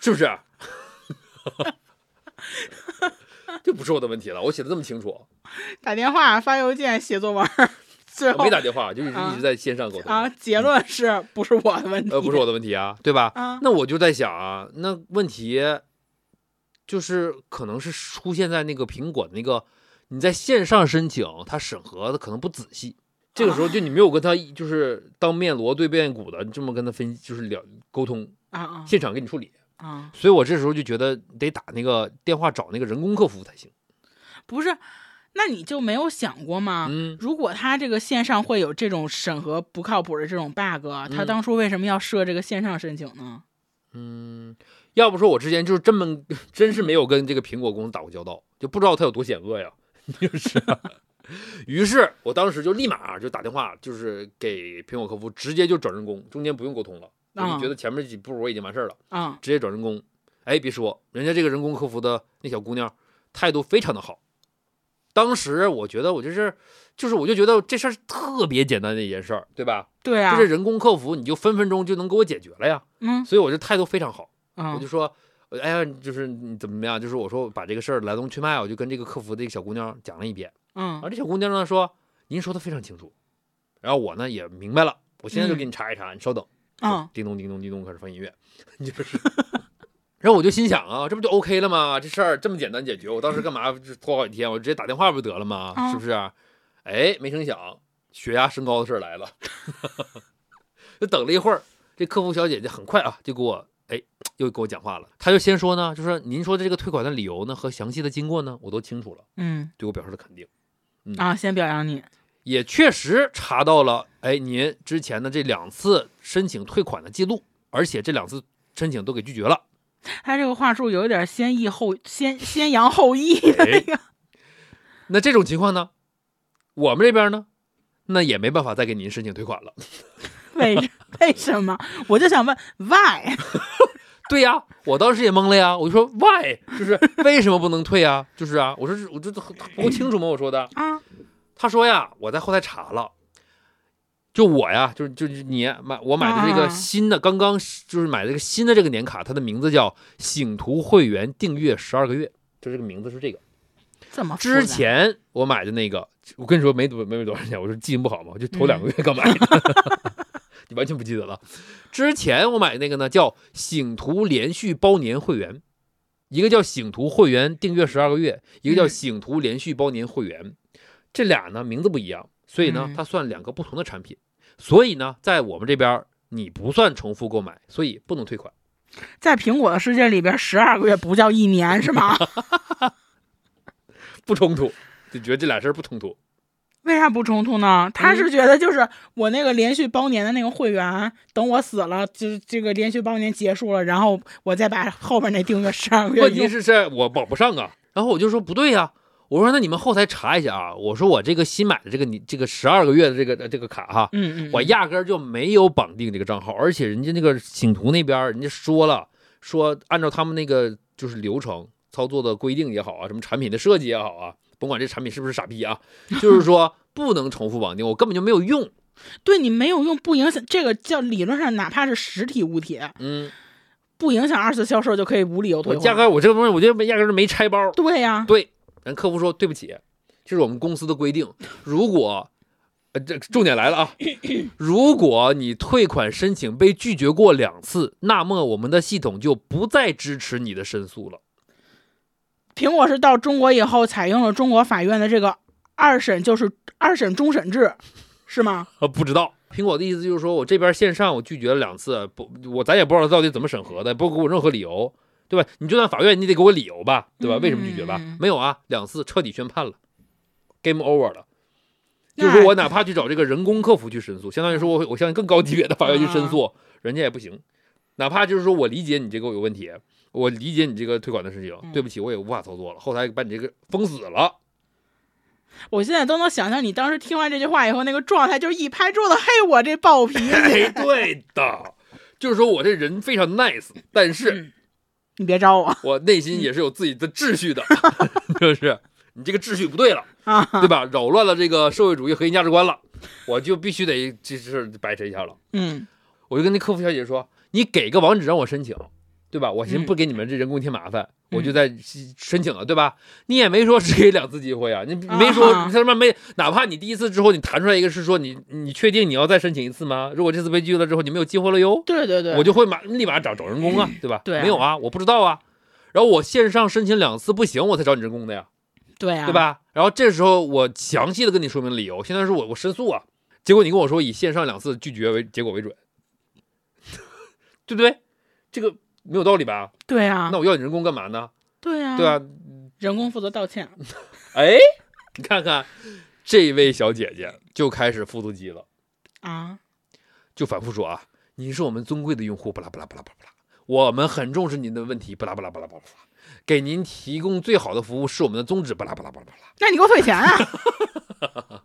Speaker 1: 是啊不 是？这不是我的问题了，我写的这么清楚，
Speaker 2: 打电话、发邮件、写作文儿，最
Speaker 1: 我
Speaker 2: 后
Speaker 1: 没打电话，就一直
Speaker 2: 啊
Speaker 1: 一直在线上沟通。
Speaker 2: 啊，结论是不是我的问题？
Speaker 1: 呃，不是我的问题啊，对吧？
Speaker 2: 啊
Speaker 1: 那我就在想啊，那问题就是可能是出现在那个苹果的那个你在线上申请，它审核的可能不仔细。这个时候就你没有跟他一就是当面锣对面鼓的这么跟他分析，就是聊沟通，
Speaker 2: 啊啊
Speaker 1: 现场给你处理。
Speaker 2: 啊！
Speaker 1: 所以我这时候就觉得得打那个电话找那个人工客服才行。
Speaker 2: 不是，那你就没有想过吗？
Speaker 1: 嗯，
Speaker 2: 如果他这个线上会有这种审核不靠谱的这种 bug，他当初为什么要设这个线上申请呢？
Speaker 1: 嗯，要不说我之前就是这么 真是没有跟这个苹果公司打过交道，就不知道它有多险恶呀， 就是啊、于是我当时就立马就打电话，就是给苹果客服，直接就转人工，中间不用沟通了。我就
Speaker 2: 啊
Speaker 1: 觉得前面几步我已经完事儿了，
Speaker 2: 啊
Speaker 1: 直接转人工。哎，别说，人家这个人工客服的那小姑娘态度非常的好。当时我觉得我就是，就是我就觉得这事儿特别简单的一件事儿，对吧？
Speaker 2: 对啊
Speaker 1: 就，是人工客服，你就分分钟就能给我解决了呀。
Speaker 2: 嗯
Speaker 1: 所以我就态度非常好。我就
Speaker 2: 嗯
Speaker 1: 说，呃哎呀，就是你怎么样？就是我说我把这个事儿来龙去脉，我就跟这个客服这个小姑娘讲了一遍。然后
Speaker 2: 嗯
Speaker 1: 这小姑娘呢说，您说的非常清楚，然后我呢也明白了，我现在就给你查一查，你稍等。
Speaker 2: 嗯，
Speaker 1: 叮咚叮咚叮咚，开始放音乐， 就是。然后我就心想啊，这不就 OK 了吗？这事儿这么简单解决，我当时干嘛就拖好几天？我直接打电话不就得了吗？
Speaker 2: 啊
Speaker 1: 是不是？哎，没成想血压升高的事儿来了。 就等了一会儿，这客服小姐姐很快啊就给我哎又跟我讲话了。她就先说呢，就说您说的这个退款的理由呢和详细的经过呢我都清楚了，
Speaker 2: 嗯
Speaker 1: 对我表示了肯定，
Speaker 2: 啊，先表扬你，
Speaker 1: 也确实查到了哎您之前的这两次申请退款的记录，而且这两次申请都给拒绝了。
Speaker 2: 他这个话术有一点先抑后先先扬后抑的
Speaker 1: 哎
Speaker 2: 那个，
Speaker 1: 那这种情况呢，我们这边呢，那也没办法再给您申请退款了。
Speaker 2: 为什为什么？我就想问，why？
Speaker 1: 对呀、我当时也懵了呀，我就说 why，就是为什么不能退啊？就是啊，我说是我这不够清楚吗？我说的，
Speaker 2: 啊，
Speaker 1: 他说呀，我在后台查了，就我呀，就是就是你买我买的这个
Speaker 2: 啊
Speaker 1: 新的，刚刚就是买这个新的这个年卡，它的名字叫醒图会员订阅十二个月，就这个名字是这个。
Speaker 2: 这么哦复杂
Speaker 1: 之前我买的那个，我跟你说没多没多少钱，我说记性不好嘛，我就头两
Speaker 2: 嗯
Speaker 1: 个月刚买的， 你完全不记得了。之前我买的那个呢叫醒图连续包年会员，一个叫醒图会员订阅十二个月，一个叫
Speaker 2: 嗯
Speaker 1: 醒图连续包年会员，这俩呢名字不一样，所以呢
Speaker 2: 嗯
Speaker 1: 它算两个不同的产品，所以呢在我们这边儿你不算重复购买，所以不能退款。
Speaker 2: 在苹果的世界里边，十二个月不叫一年是吗？
Speaker 1: 不冲突，就觉得这俩事儿不冲突。
Speaker 2: 为啥不冲突呢？他
Speaker 1: 嗯
Speaker 2: 是觉得就是我那个连续包年的那个会员，等我死了，就是这个连续包年结束了，然后我再把后边那订阅十二个月
Speaker 1: 问题
Speaker 2: 用。
Speaker 1: 是这我保不上啊。然后我就说不对呀、我说那你们后台查一下啊。我说我这个新买的这个你这个十二个月的这个这个卡哈，
Speaker 2: 嗯嗯，
Speaker 1: 我压根儿就没有绑定这个账号，而且人家那个醒图那边儿人家说了，说按照他们那个就是流程操作的规定也好啊，什么产品的设计也好啊，甭管这产品是不是傻逼啊，就是说不能重复绑定，我根本就没有用。
Speaker 2: 对你没有用，不影响这个叫理论上，哪怕是实体物体，
Speaker 1: 嗯，
Speaker 2: 不影响二次销售就可以无理由
Speaker 1: 我
Speaker 2: 退
Speaker 1: 压根
Speaker 2: 换。
Speaker 1: 儿我这个东西我就压根儿就没拆包。
Speaker 2: 对呀、
Speaker 1: 对，咱客服说对不起，这是我们公司的规定。如果，呃，这重点来了啊，如果你退款申请被拒绝过两次，那么我们的系统就不再支持你的申诉了。
Speaker 2: 苹果是到中国以后采用了中国法院的这个二审，就是二审终审制，是吗？
Speaker 1: 呃，不知道。苹果的意思就是说，我这边线上我拒绝了两次，不，我咱也不知道到底怎么审核的，不给我任何理由，对吧？你就算法院，你得给我理由吧，对吧？为什么拒绝吧
Speaker 2: 嗯？
Speaker 1: 没有啊，两次彻底宣判了，game over 了。就是
Speaker 2: 那
Speaker 1: 说我哪怕去找这个人工客服去申诉，相当于说我我向更高级别的法院去申
Speaker 2: 啊
Speaker 1: 诉，人家也不行。哪怕就是说我理解你这个有问题，我理解你这个退款的事情，
Speaker 2: 嗯
Speaker 1: 对不起，我也无法操作了，后台把你这个封死 了。
Speaker 2: 我现在都能想象你当时听完这句话以后那个状态，就是一拍桌子，嘿，我这暴脾 气，
Speaker 1: 哎，对的，就是说我这人非常 nice，但是
Speaker 2: 你别招我
Speaker 1: 我内心也是有自己的秩序的， 就是你这个秩序不对了，
Speaker 2: 啊！
Speaker 1: 对吧？扰乱了这个社会主义核心价值观了，我就必须得这事儿掰扯一下了。
Speaker 2: 嗯，
Speaker 1: 我就跟那客服小姐说：“你给个网址让我申请，对吧？我寻思
Speaker 2: 嗯
Speaker 1: 不给你们这人工添麻烦，
Speaker 2: 嗯
Speaker 1: 我就在申请了，对吧？你也没说只给两次机会啊，你没说
Speaker 2: 啊
Speaker 1: 你他妈没，哪怕你第一次之后你弹出来一个是说你你确定你要再申请一次吗？如果这次被拒了之后你没有机会了哟，
Speaker 2: 对对对，
Speaker 1: 我就会马立马找找人工啊，对吧？
Speaker 2: 对啊
Speaker 1: 没有啊，我不知道啊。然后我线上申请两次不行，我才找你人工的呀。”
Speaker 2: 对啊，
Speaker 1: 对？吧？然后这时候我详细的跟你说明理由，现在是我我申诉啊，结果你跟我说以线上两次拒绝为结果为准， 对不对？这个没有道理吧？
Speaker 2: 对啊
Speaker 1: 那，我要你人工干嘛呢？
Speaker 2: 对啊，
Speaker 1: 对吧？
Speaker 2: 人工负责道歉，
Speaker 1: 哎，你看看这位小姐姐就开始复读机了，
Speaker 2: 啊，
Speaker 1: 就反复说啊，你是我们尊贵的用户，巴拉巴拉巴拉巴拉巴拉，我们很重视您的问题，巴拉巴拉巴拉巴拉巴拉，给您提供最好的服务是我们的宗旨，巴拉巴拉巴拉巴拉。
Speaker 2: 那你给我退钱 啊！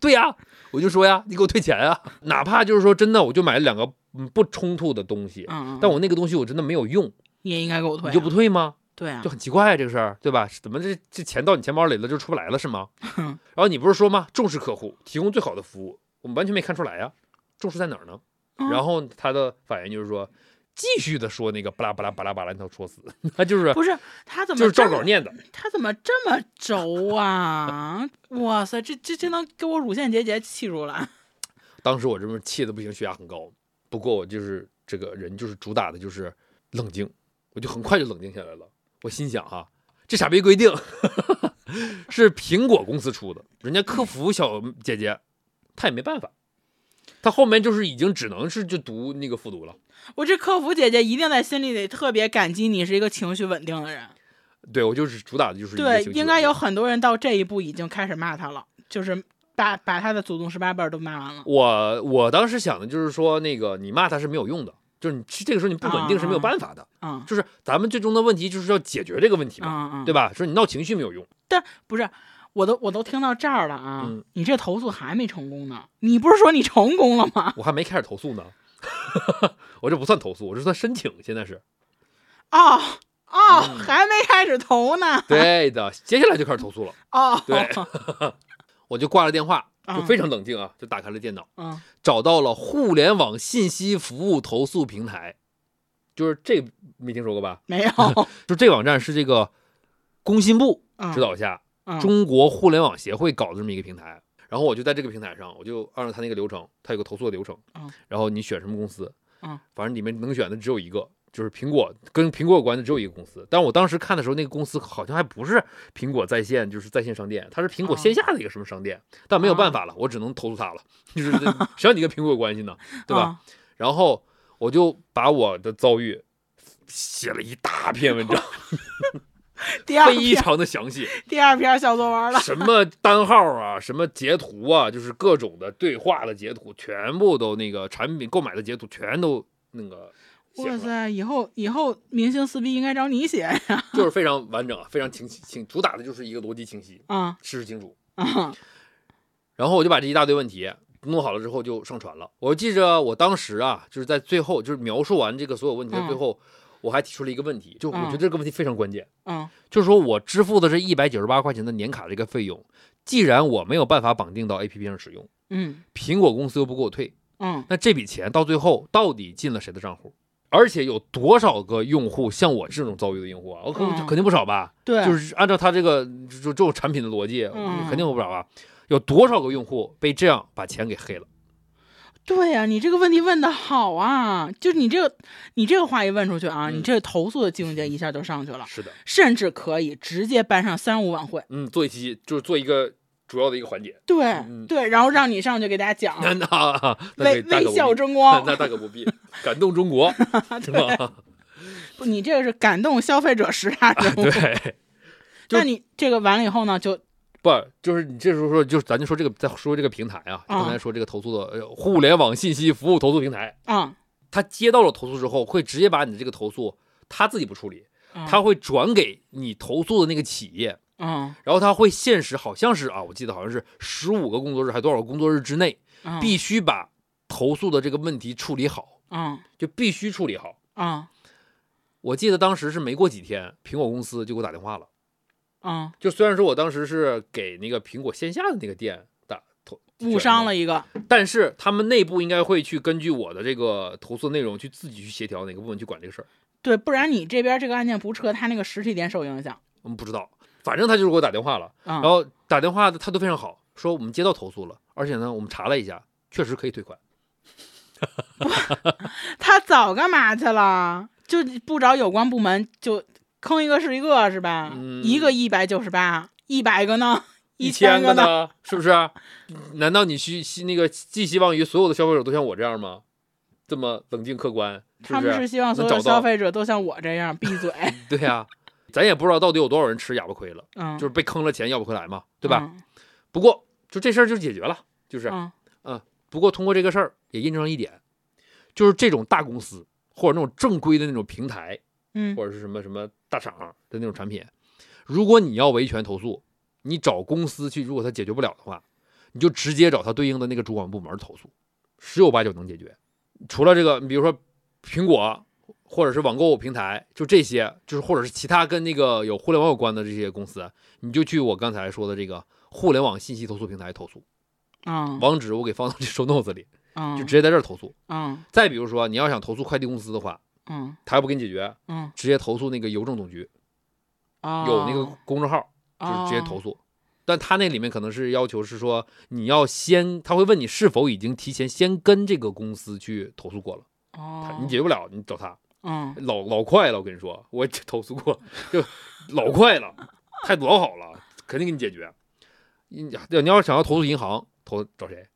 Speaker 1: 对呀、我就说呀，你给我退钱啊！哪怕就是说真的，我就买了两个嗯不冲突的东西，
Speaker 2: 嗯，嗯
Speaker 1: 但我那个东西我真的没有用，
Speaker 2: 你也应该给我退啊，
Speaker 1: 你就不退吗？
Speaker 2: 对啊
Speaker 1: 就，很奇怪、这个事儿，对吧？怎么这这钱到你钱包里了就出不来了是 吗？
Speaker 2: 哼
Speaker 1: 然后你不是说吗？重视客户，提供最好的服务，我们完全没看出来呀、啊重视在哪儿呢？
Speaker 2: 嗯
Speaker 1: 然后他的反应就是说，继续的说那个巴拉巴拉巴拉巴拉那套说辞， 他就是
Speaker 2: 不是他怎么
Speaker 1: 就是照
Speaker 2: 这么
Speaker 1: 稿念的，
Speaker 2: 他怎么这么轴 啊？哇塞，这这这能给我乳腺结节气住了。
Speaker 1: 当时我这边气的不行，血压很高。不过我就是这个人，就是主打的就是冷静，我就很快就冷静下来了。我心想哈、这傻逼规定 是苹果公司出的，人家客服小姐姐她也没办法，她后面就是已经只能是就读那个复读了。
Speaker 2: 我这客服姐姐一定在心里得特别感激你是一个情绪稳定的人。
Speaker 1: 对我就是主打的就是一个
Speaker 2: 对，
Speaker 1: 情绪
Speaker 2: 应该
Speaker 1: 稳定
Speaker 2: 有很多人到这一步已经开始骂他了，就是把把他的祖宗十八辈儿都骂完了。
Speaker 1: 我我当时想的就是说那个你骂她是没有用的，就是你这个时候你不稳定是没有办法的，
Speaker 2: 嗯
Speaker 1: 就是咱们最终的问题就是要解决这个问题嘛，
Speaker 2: 嗯嗯，
Speaker 1: 对吧？说你闹情绪没有用。
Speaker 2: 不是，我都我都听到这儿了啊！
Speaker 1: 嗯
Speaker 2: 你这投诉还没成功呢？你不是说你成功了吗？
Speaker 1: 我还没开始投诉呢， 我这不算投诉，我这算申请，现
Speaker 2: 啊
Speaker 1: 在是
Speaker 2: 哦哦，
Speaker 1: 嗯
Speaker 2: 还没开始投呢。
Speaker 1: 对的，接下来就开始投诉了，
Speaker 2: 哦，
Speaker 1: 对 我就挂了电话，就
Speaker 2: 嗯
Speaker 1: 非常冷静啊，就打开了电脑，
Speaker 2: 嗯
Speaker 1: 找到了互联网信息服务投诉平台，就是这没听说过吧？
Speaker 2: 没有，
Speaker 1: 就这个网站是这个工信部
Speaker 2: 嗯
Speaker 1: 指导下，
Speaker 2: 嗯
Speaker 1: 中国互联网协会搞的这么一个平台。然后我就在这个平台上，我就按照他那个流程，他有个投诉的流程
Speaker 2: 嗯，
Speaker 1: 然后你选什么公司
Speaker 2: 嗯，
Speaker 1: 反正里面能选的只有一个，就是苹果跟苹果有关的只有一个公司。但我当时看的时候，那个公司好像还不是苹果在线，就是在线商店，它是苹果
Speaker 2: 哦
Speaker 1: 线下的一个什么商店。但没有办法了，我只能投诉他了，就是这谁让你跟苹果有关系 呢，
Speaker 2: 嗯
Speaker 1: 对吧？？然后我就把我的遭遇写了一大篇 文章，
Speaker 2: 嗯第二
Speaker 1: 非
Speaker 2: 篇，
Speaker 1: 常的详细。
Speaker 2: 第二篇小作 文了。
Speaker 1: 什么单号啊，什么截图啊，就是各种的对话的截图，全部都那个产品购买的截图，全都那个写
Speaker 2: 哇
Speaker 1: 出来，
Speaker 2: 塞，以后以后明星撕逼应该找你写呀！
Speaker 1: 就是非常完整，啊，非常清晰，清主打的就是一个逻辑清晰，
Speaker 2: 啊
Speaker 1: 事实清楚。
Speaker 2: 啊
Speaker 1: 然后我就把这一大堆问题啊弄好了之后就上传了。我记着我当时啊，就是在最后就是描述完这个所有问题的最后，我还提出了一个问题，就我
Speaker 2: 嗯
Speaker 1: 觉得这个问题非常关键。
Speaker 2: 嗯
Speaker 1: 就是说我支付的这一百九十八块钱的年卡这个费用，既然我没有办法绑定到 APP 上使用，
Speaker 2: 嗯
Speaker 1: 苹果公司又不给我退，
Speaker 2: 嗯
Speaker 1: 那这笔钱到最后到底进了谁的账户？而且有多少个用户像我这种遭遇的用户啊？我可
Speaker 2: 嗯
Speaker 1: 肯定不少吧。
Speaker 2: 对，
Speaker 1: 就是按照他这个就就这种产品的逻辑，
Speaker 2: 嗯
Speaker 1: 肯定有不少吧。有多少个用户被这样把钱给黑了？
Speaker 2: 对呀、你这个问题问的好啊！就你这个，你这个话一问出去啊，
Speaker 1: 嗯
Speaker 2: 你这投诉的境界一下就上去了，
Speaker 1: 是的，
Speaker 2: 甚至可以直接办上三五晚会。
Speaker 1: 嗯，做一期就是做一个主要的一个环节。
Speaker 2: 对、
Speaker 1: 嗯
Speaker 2: 对，然后让你上去给大家讲，
Speaker 1: 那那啊那可以
Speaker 2: 微
Speaker 1: 大可
Speaker 2: 微
Speaker 1: 不必
Speaker 2: 笑
Speaker 1: 那
Speaker 2: 争 光。
Speaker 1: 那大可不必，感动中 国，是吧？
Speaker 2: 不，你这个是感动消费者十大人物。
Speaker 1: 对，啊就
Speaker 2: 那你这个完了以后呢，就
Speaker 1: 不就是你这时候说，就是咱就说这个，再说这个平台啊，
Speaker 2: 嗯
Speaker 1: 就刚才说这个投诉的呃互联网信息服务投诉平台，
Speaker 2: 啊、
Speaker 1: 他接到了投诉之后，会直接把你的这个投诉他自己不处理，
Speaker 2: 嗯，
Speaker 1: 他会转给你投诉的那个企业，
Speaker 2: 嗯
Speaker 1: 然后他会限时，好像是啊，我记得好像是十五个工作日还多少个工作日之内，
Speaker 2: 嗯
Speaker 1: 必须把投诉的这个问题处理好，
Speaker 2: 嗯
Speaker 1: 就必须处理好。
Speaker 2: 嗯
Speaker 1: 我记得当时是没过几天，苹果公司就给我打电话了。
Speaker 2: 嗯，
Speaker 1: 就虽然说我当时是给那个苹果线下的那个店打投
Speaker 2: 误伤，
Speaker 1: 卷
Speaker 2: 了一个，
Speaker 1: 的但是他们内部应该会去根据我的这个投诉内容去自己去协调哪个部门去管这个事儿。
Speaker 2: 对，不然你这边这个案件不撤，他那个实体店受影响。
Speaker 1: 嗯，不知道，反正他就是给我打电话了，
Speaker 2: 嗯
Speaker 1: 然后打电话的态度非常好，说我们接到投诉了，而且呢，我们查了一下，确实可以退款。
Speaker 2: 他早干嘛去了？就不找有关部门，就坑一个是一个，是吧？
Speaker 1: 嗯
Speaker 2: 一个一百九十八，一百个呢？
Speaker 1: 一
Speaker 2: 千
Speaker 1: 个
Speaker 2: 呢？
Speaker 1: 呢，是不是？难道你希希那个寄希望于所有的消费者都像我这样吗？这么冷静客观，是
Speaker 2: 他
Speaker 1: 不
Speaker 2: 们
Speaker 1: 是
Speaker 2: 是希望所
Speaker 1: 能
Speaker 2: 有
Speaker 1: 找到
Speaker 2: 消费者都像我这样闭嘴，
Speaker 1: 对呀、咱也不知道到底有多少人吃哑巴亏了，
Speaker 2: 嗯，
Speaker 1: 就是
Speaker 2: 是
Speaker 1: 被坑了钱要不回来嘛，对吧？？不过就这事儿就解决了，就是。
Speaker 2: 嗯
Speaker 1: 不过通过这个事儿也印证了一点，就是这种大公司或者那种正规的那种平台
Speaker 2: 嗯
Speaker 1: 或者是什么什么大厂的那种产品，如果你要维权投诉，你找公司去，如果他解决不了的话，你就直接找他对应的那个主管部门投诉，十有八九能解决。除了这个，你比如说苹果或者是网购平台，就这些，就是或者是其他跟那个有互联网有关的这些公司，啊你就去我刚才说的这个互联网信息投诉平台投诉，
Speaker 2: 嗯
Speaker 1: 网址我给放到这 show notes 里，
Speaker 2: 嗯，
Speaker 1: 就直接在这儿投诉。
Speaker 2: 嗯
Speaker 1: 再比如说，你要想投诉快递公司的话，
Speaker 2: 嗯
Speaker 1: 他要不给你解决，
Speaker 2: 嗯，
Speaker 1: 直接投诉那个邮政总局，
Speaker 2: 哦
Speaker 1: 有那个公众号，就是直接投
Speaker 2: 哦
Speaker 1: 诉。但他那里面可能是要求是说，你要先，他会问你是否已经提前先跟这个公司去投诉过了，他
Speaker 2: 哦，
Speaker 1: 你解决不了，你找他，
Speaker 2: 嗯
Speaker 1: 老老快了，我跟你说，我投诉过，就老快了，态度老好了，肯定给你解决。你你要想要投诉银行，投找谁？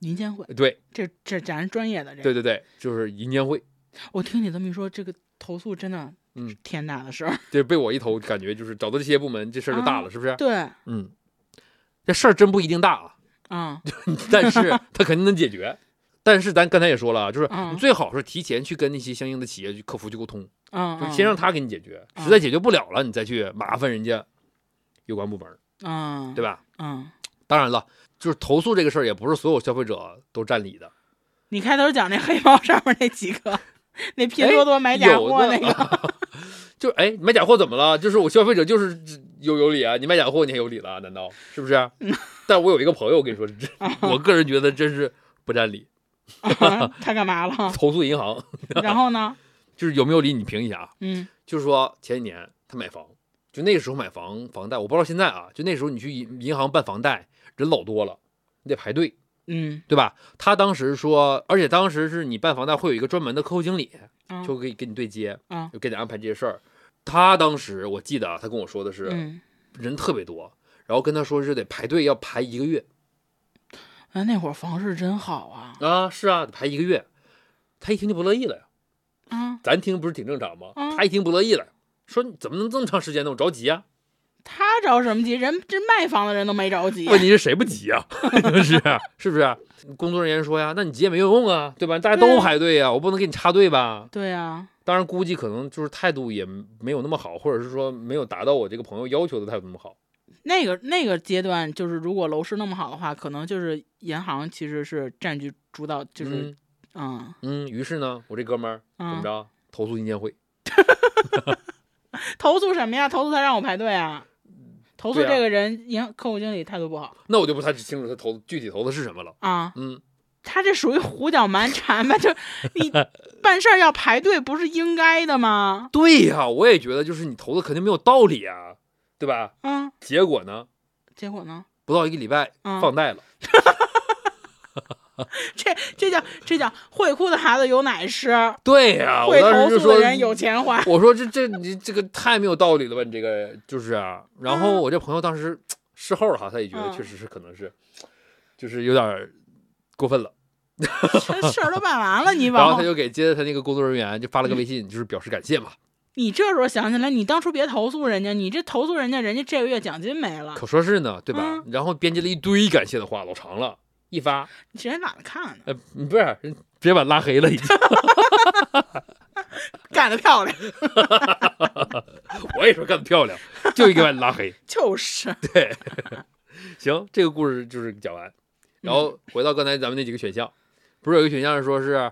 Speaker 2: 银监会，
Speaker 1: 对
Speaker 2: 这这咱是专业的这
Speaker 1: 对
Speaker 2: 个，
Speaker 1: 对对，就是银监会。
Speaker 2: 我听你这么一说，这个投诉真的
Speaker 1: 嗯
Speaker 2: 是天大的事 儿，
Speaker 1: 这被我一投，感觉就是找到这些部门，这事儿就大了，
Speaker 2: 啊
Speaker 1: 是不是？
Speaker 2: 对，
Speaker 1: 嗯，这事儿真不一定大啊，
Speaker 2: 嗯
Speaker 1: 但是 它肯定能解决。但是咱刚才也说了啊，就是
Speaker 2: 嗯
Speaker 1: 你最好是提前去跟那些相应的企业去客服去沟通，
Speaker 2: 嗯，
Speaker 1: 就是
Speaker 2: 嗯
Speaker 1: 先让他给你解决，
Speaker 2: 嗯
Speaker 1: 实在解决不了了，你再去麻烦人家有关部门，
Speaker 2: 嗯，
Speaker 1: 对吧？
Speaker 2: 嗯，
Speaker 1: 当然了，就是投诉这个事儿，也不是所有消费者都占理的。
Speaker 2: 你开头讲那黑猫上面那几个，那拼多多买假货那
Speaker 1: 哎有的
Speaker 2: 个，
Speaker 1: 啊 就哎，买假货怎么了？就是我消费者就是有有理啊，你买假货你还有理了，难道是不是啊？ 但我有一个朋友，我跟你说，这 我个人觉得真是不占理。
Speaker 2: 他干嘛了？
Speaker 1: 投诉银行
Speaker 2: 然后呢？
Speaker 1: 就是有没有理，你评一下啊。
Speaker 2: 嗯
Speaker 1: 就是说前几年他买房，就那个时候买房房贷，我不知道现在啊，就那时候你去银银行办房贷，人老多了，你得排队，
Speaker 2: 嗯，
Speaker 1: 对吧？他当时说，而且当时是你办房贷会有一个专门的客户经理，
Speaker 2: 啊
Speaker 1: 就可以跟你对接，
Speaker 2: 啊
Speaker 1: 就给你安排这些事儿。他当时我记得啊，他跟我说的是
Speaker 2: 嗯，
Speaker 1: 人特别多，然后跟他说是得排队要排一个月
Speaker 2: 啊，那会儿房市真好啊
Speaker 1: 啊，是啊，得排一个月。他一听就不乐意了呀，
Speaker 2: 啊！
Speaker 1: 咱听不是挺正常吗？
Speaker 2: 嗯
Speaker 1: 他一听不乐意了，说你怎么能这么长时间呢？我着急啊！
Speaker 2: 他着什么急？人这卖房的人都没着急。
Speaker 1: 问题是谁不急 啊？是是不是？工作人员说呀，那你急也没有用啊，对吧？大家都排队呀、
Speaker 2: 嗯
Speaker 1: 我不能给你插队吧？
Speaker 2: 对啊，
Speaker 1: 当然，估计可能就是态度也没有那么好，或者是说没有达到我这个朋友要求的态度那么好。
Speaker 2: 那个那个阶段，就是如果楼市那么好的话，可能就是银行其实是占据主导，就是嗯
Speaker 1: 嗯嗯，于是呢，我这哥们儿怎么
Speaker 2: 嗯，
Speaker 1: 着，投诉银监会，
Speaker 2: 投诉什么呀？投诉他让我排队啊？投诉
Speaker 1: 对啊
Speaker 2: 这个人银行客户经理态度不好
Speaker 1: 那我就不太清楚他投具体投的是什么了。
Speaker 2: 啊？
Speaker 1: 嗯，
Speaker 2: 他这属于胡搅蛮缠吧？就是 你办事儿要排队，不是应该的吗？
Speaker 1: 对呀、我也觉得就是你投的肯定没有道理啊，对吧？
Speaker 2: 嗯，
Speaker 1: 结果呢，
Speaker 2: 结果呢？
Speaker 1: 不到一个礼拜
Speaker 2: 嗯
Speaker 1: 放贷了。
Speaker 2: 这这叫这叫会哭的孩子有奶吃，
Speaker 1: 对呀、啊我
Speaker 2: 会
Speaker 1: 当
Speaker 2: 投
Speaker 1: 时就
Speaker 2: 诉
Speaker 1: 说
Speaker 2: 的人有钱花。
Speaker 1: 我说这这你这个太没有道理了吧？你这个就是啊。然后我这朋友当时事后哈，他也觉得
Speaker 2: 嗯
Speaker 1: 确实是可能是，就是有点儿过分了。
Speaker 2: 这事儿都办完了，你
Speaker 1: 然
Speaker 2: 往
Speaker 1: 后他
Speaker 2: 后，
Speaker 1: 就给接着他那个工作人员就发了个微信，就是表示感谢嘛。
Speaker 2: 你这时候想起来，你当初别投诉人家，你这投诉人家，人家这个月奖金没了，
Speaker 1: 可说是呢，对吧？然后编辑了一堆感谢的话，老长了。一发，
Speaker 2: 你谁懒得看呢？
Speaker 1: 呃，不是，人直接把他拉黑了，已经。
Speaker 2: 干得漂亮，
Speaker 1: 我也说干得漂亮，就应该把你拉黑。
Speaker 2: 就是。
Speaker 1: 行，这个故事就是讲完。
Speaker 2: 嗯
Speaker 1: 然后回到刚才咱们那几个选项，不是有一个选项是说是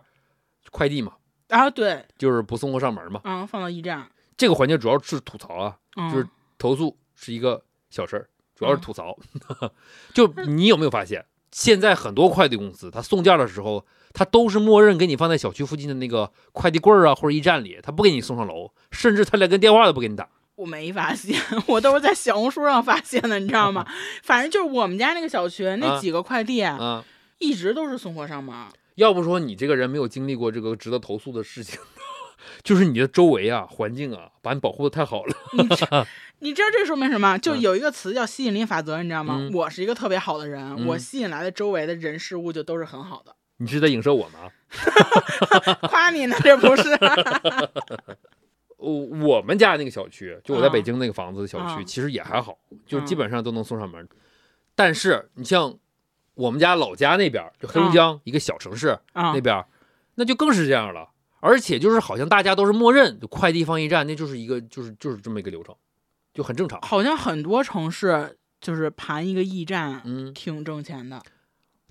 Speaker 1: 快递嘛，
Speaker 2: 然后对，
Speaker 1: 就是不送货上门嘛。
Speaker 2: 嗯，放到驿站，
Speaker 1: 这个环节主要是吐槽啊，
Speaker 2: 嗯、
Speaker 1: 就是投诉是一个小事儿，主要是吐槽。 就你有没有发现，现在很多快递公司，它送件的时候，它都是默认给你放在小区附近的那个快递柜儿啊或者驿站里，它不给你送上楼，甚至它连个电话都不给你打。
Speaker 2: 我没发现， 我都是在小红书上发现的，你知道吗？反正就是我们家那个小区那
Speaker 1: 啊
Speaker 2: 几个快递啊，
Speaker 1: 啊，
Speaker 2: 一直都是送货上门儿。
Speaker 1: 要不说你这个人没有经历过这个值得投诉的事情， 就是你的周围啊、环境啊，把你保护的太好了。
Speaker 2: 你这你知道这说明什么？就
Speaker 1: 嗯
Speaker 2: 有一个词叫吸引力法则，你知道吗？
Speaker 1: 嗯
Speaker 2: 我是一个特别好的人，
Speaker 1: 嗯
Speaker 2: 我吸引来的周围的人事物就都是很好的。
Speaker 1: 你是在影射我吗？
Speaker 2: 夸你呢，这不 是？
Speaker 1: 我我们家那个小区，就我在
Speaker 2: 啊
Speaker 1: 北京那个房子的小区，
Speaker 2: 啊
Speaker 1: 其实也还好，就
Speaker 2: 嗯
Speaker 1: 基本上都能送上门。但是你像我们家老家那边儿，就黑龙江一个小城市、
Speaker 2: 啊
Speaker 1: 那边儿，那就更是这样了。而且就是好像大家都是默认，就快递放驿站，那就是一个就是就是这么一个流程，就很正常。
Speaker 2: 好像很多城市就是盘一个驿站，
Speaker 1: 嗯，
Speaker 2: 挺挣钱的。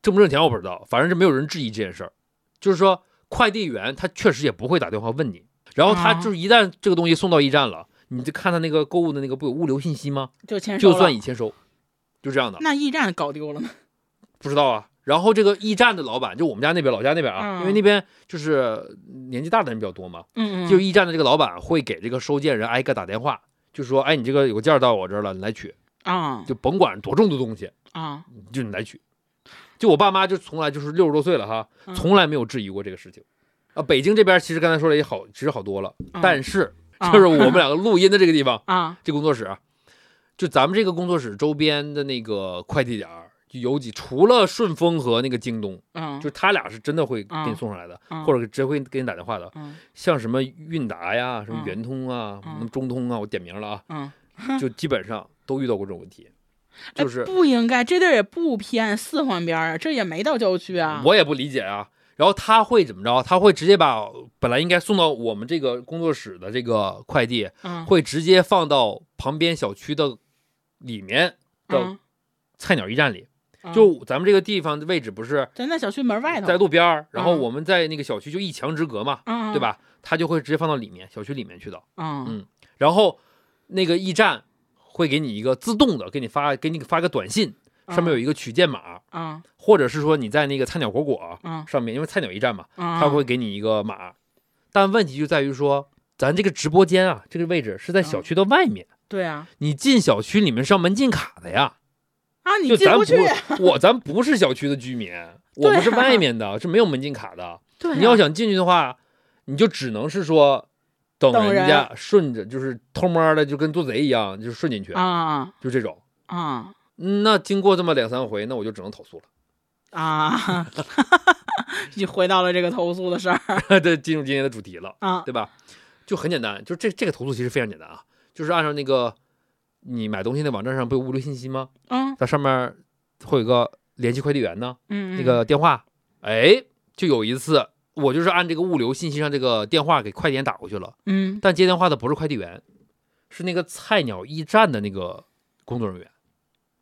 Speaker 1: 挣不挣钱我不知道，反正是没有人质疑这件事儿。就是说，快递员他确实也不会打电话问你，然后他
Speaker 2: 啊
Speaker 1: 就是一旦这个东西送到驿站了，你就看他那个购物的那个不有物流信息吗？
Speaker 2: 就签收
Speaker 1: 就
Speaker 2: 了
Speaker 1: 算已签收，就这样的，
Speaker 2: 那驿站搞丢了呢？
Speaker 1: 不知道啊。然后这个驿站的老板，就我们家那边老家那边啊，
Speaker 2: 嗯
Speaker 1: 因为那边就是年纪大的人比较多嘛，
Speaker 2: 嗯嗯，
Speaker 1: 就驿站的这个老板会给这个收件人挨个打电话，就说，哎，你这个有个件儿到我这儿了，你来取，
Speaker 2: 啊
Speaker 1: 就甭管多重的东西，
Speaker 2: 啊，
Speaker 1: 就你来取。就我爸妈就从来就是六十多岁了哈，
Speaker 2: 嗯
Speaker 1: 从来没有质疑过这个事情。啊，北京这边其实刚才说了也好，其实好多了，
Speaker 2: 嗯
Speaker 1: 嗯但
Speaker 2: 是
Speaker 1: 是就是我们两个录音的这个地方，
Speaker 2: 啊
Speaker 1: 这工作室啊，就咱们这个工作室周边的那个快递点儿，就有几除了顺丰和那个京东，
Speaker 2: 嗯，
Speaker 1: 就他俩是真的会给你
Speaker 2: 嗯
Speaker 1: 送上来的，
Speaker 2: 嗯
Speaker 1: 或者直接会给你打电话的。
Speaker 2: 嗯
Speaker 1: 像什么韵达呀、什么
Speaker 2: 嗯
Speaker 1: 圆通啊、什么
Speaker 2: 嗯
Speaker 1: 中通啊，我点名了啊，
Speaker 2: 嗯，
Speaker 1: 就基本上都遇到过这种问题。
Speaker 2: 哎
Speaker 1: 就是
Speaker 2: 不应该，这地儿也不偏，四环边儿啊，这也没到郊区啊。
Speaker 1: 我也不理解啊。然后他会怎么着？他会直接把本来应该送到我们这个工作室的这个快递，
Speaker 2: 嗯
Speaker 1: 会直接放到旁边小区的里面的
Speaker 2: 嗯
Speaker 1: 菜鸟驿站里，
Speaker 2: 啊
Speaker 1: 就咱们这个地方的位置不是
Speaker 2: 在那小区门外头，
Speaker 1: 在路边儿，然后
Speaker 2: 嗯
Speaker 1: 我们在那个小区就一墙之隔嘛，
Speaker 2: 啊，
Speaker 1: 对？吧？它就会直接放到里面小区里面去的，
Speaker 2: 啊
Speaker 1: 嗯然后那个驿站会给你一个自动的给你发给你发个短信，上面有一个取件码，
Speaker 2: 啊
Speaker 1: 或者是说你在那个菜鸟果果
Speaker 2: 啊
Speaker 1: 上面，因为菜鸟驿站嘛，
Speaker 2: 啊，
Speaker 1: 它会给你一个码，但问题就在于说。咱这个直播间啊，这个位置是在小区的外面，
Speaker 2: 对啊
Speaker 1: 你进小区里面是要门禁卡的呀。
Speaker 2: 啊，你
Speaker 1: 就
Speaker 2: 进
Speaker 1: 咱
Speaker 2: 不
Speaker 1: 不
Speaker 2: 去，
Speaker 1: 是， 我咱不是小区的居民，我们是
Speaker 2: 对啊
Speaker 1: 外面的，是没有门禁卡的。
Speaker 2: 对啊，
Speaker 1: 你要想进去的话，你就只能是说等
Speaker 2: 等
Speaker 1: 人家顺着，就是偷摸的，就跟做贼一样，就顺进去，
Speaker 2: 啊
Speaker 1: 就这种。
Speaker 2: 啊
Speaker 1: 嗯那经过这么两三回，那我就只能投诉嗯
Speaker 2: 啊， 你回到了这个投诉的事儿
Speaker 1: 了。 这进入今天的主题了，
Speaker 2: 啊
Speaker 1: 对吧？就很简单，就这这个投诉其实非常简单啊，就是按照那个你买东西的网站上不有物流信息吗？
Speaker 2: 嗯
Speaker 1: 它上面会有一个联系快递员呢，
Speaker 2: 嗯
Speaker 1: 那个电话，哎，就有一次我就是按这个物流信息上这个电话给快递员打过去了，
Speaker 2: 嗯
Speaker 1: 但接电话的不是快递员，是那个菜鸟驿站的那个工作人员，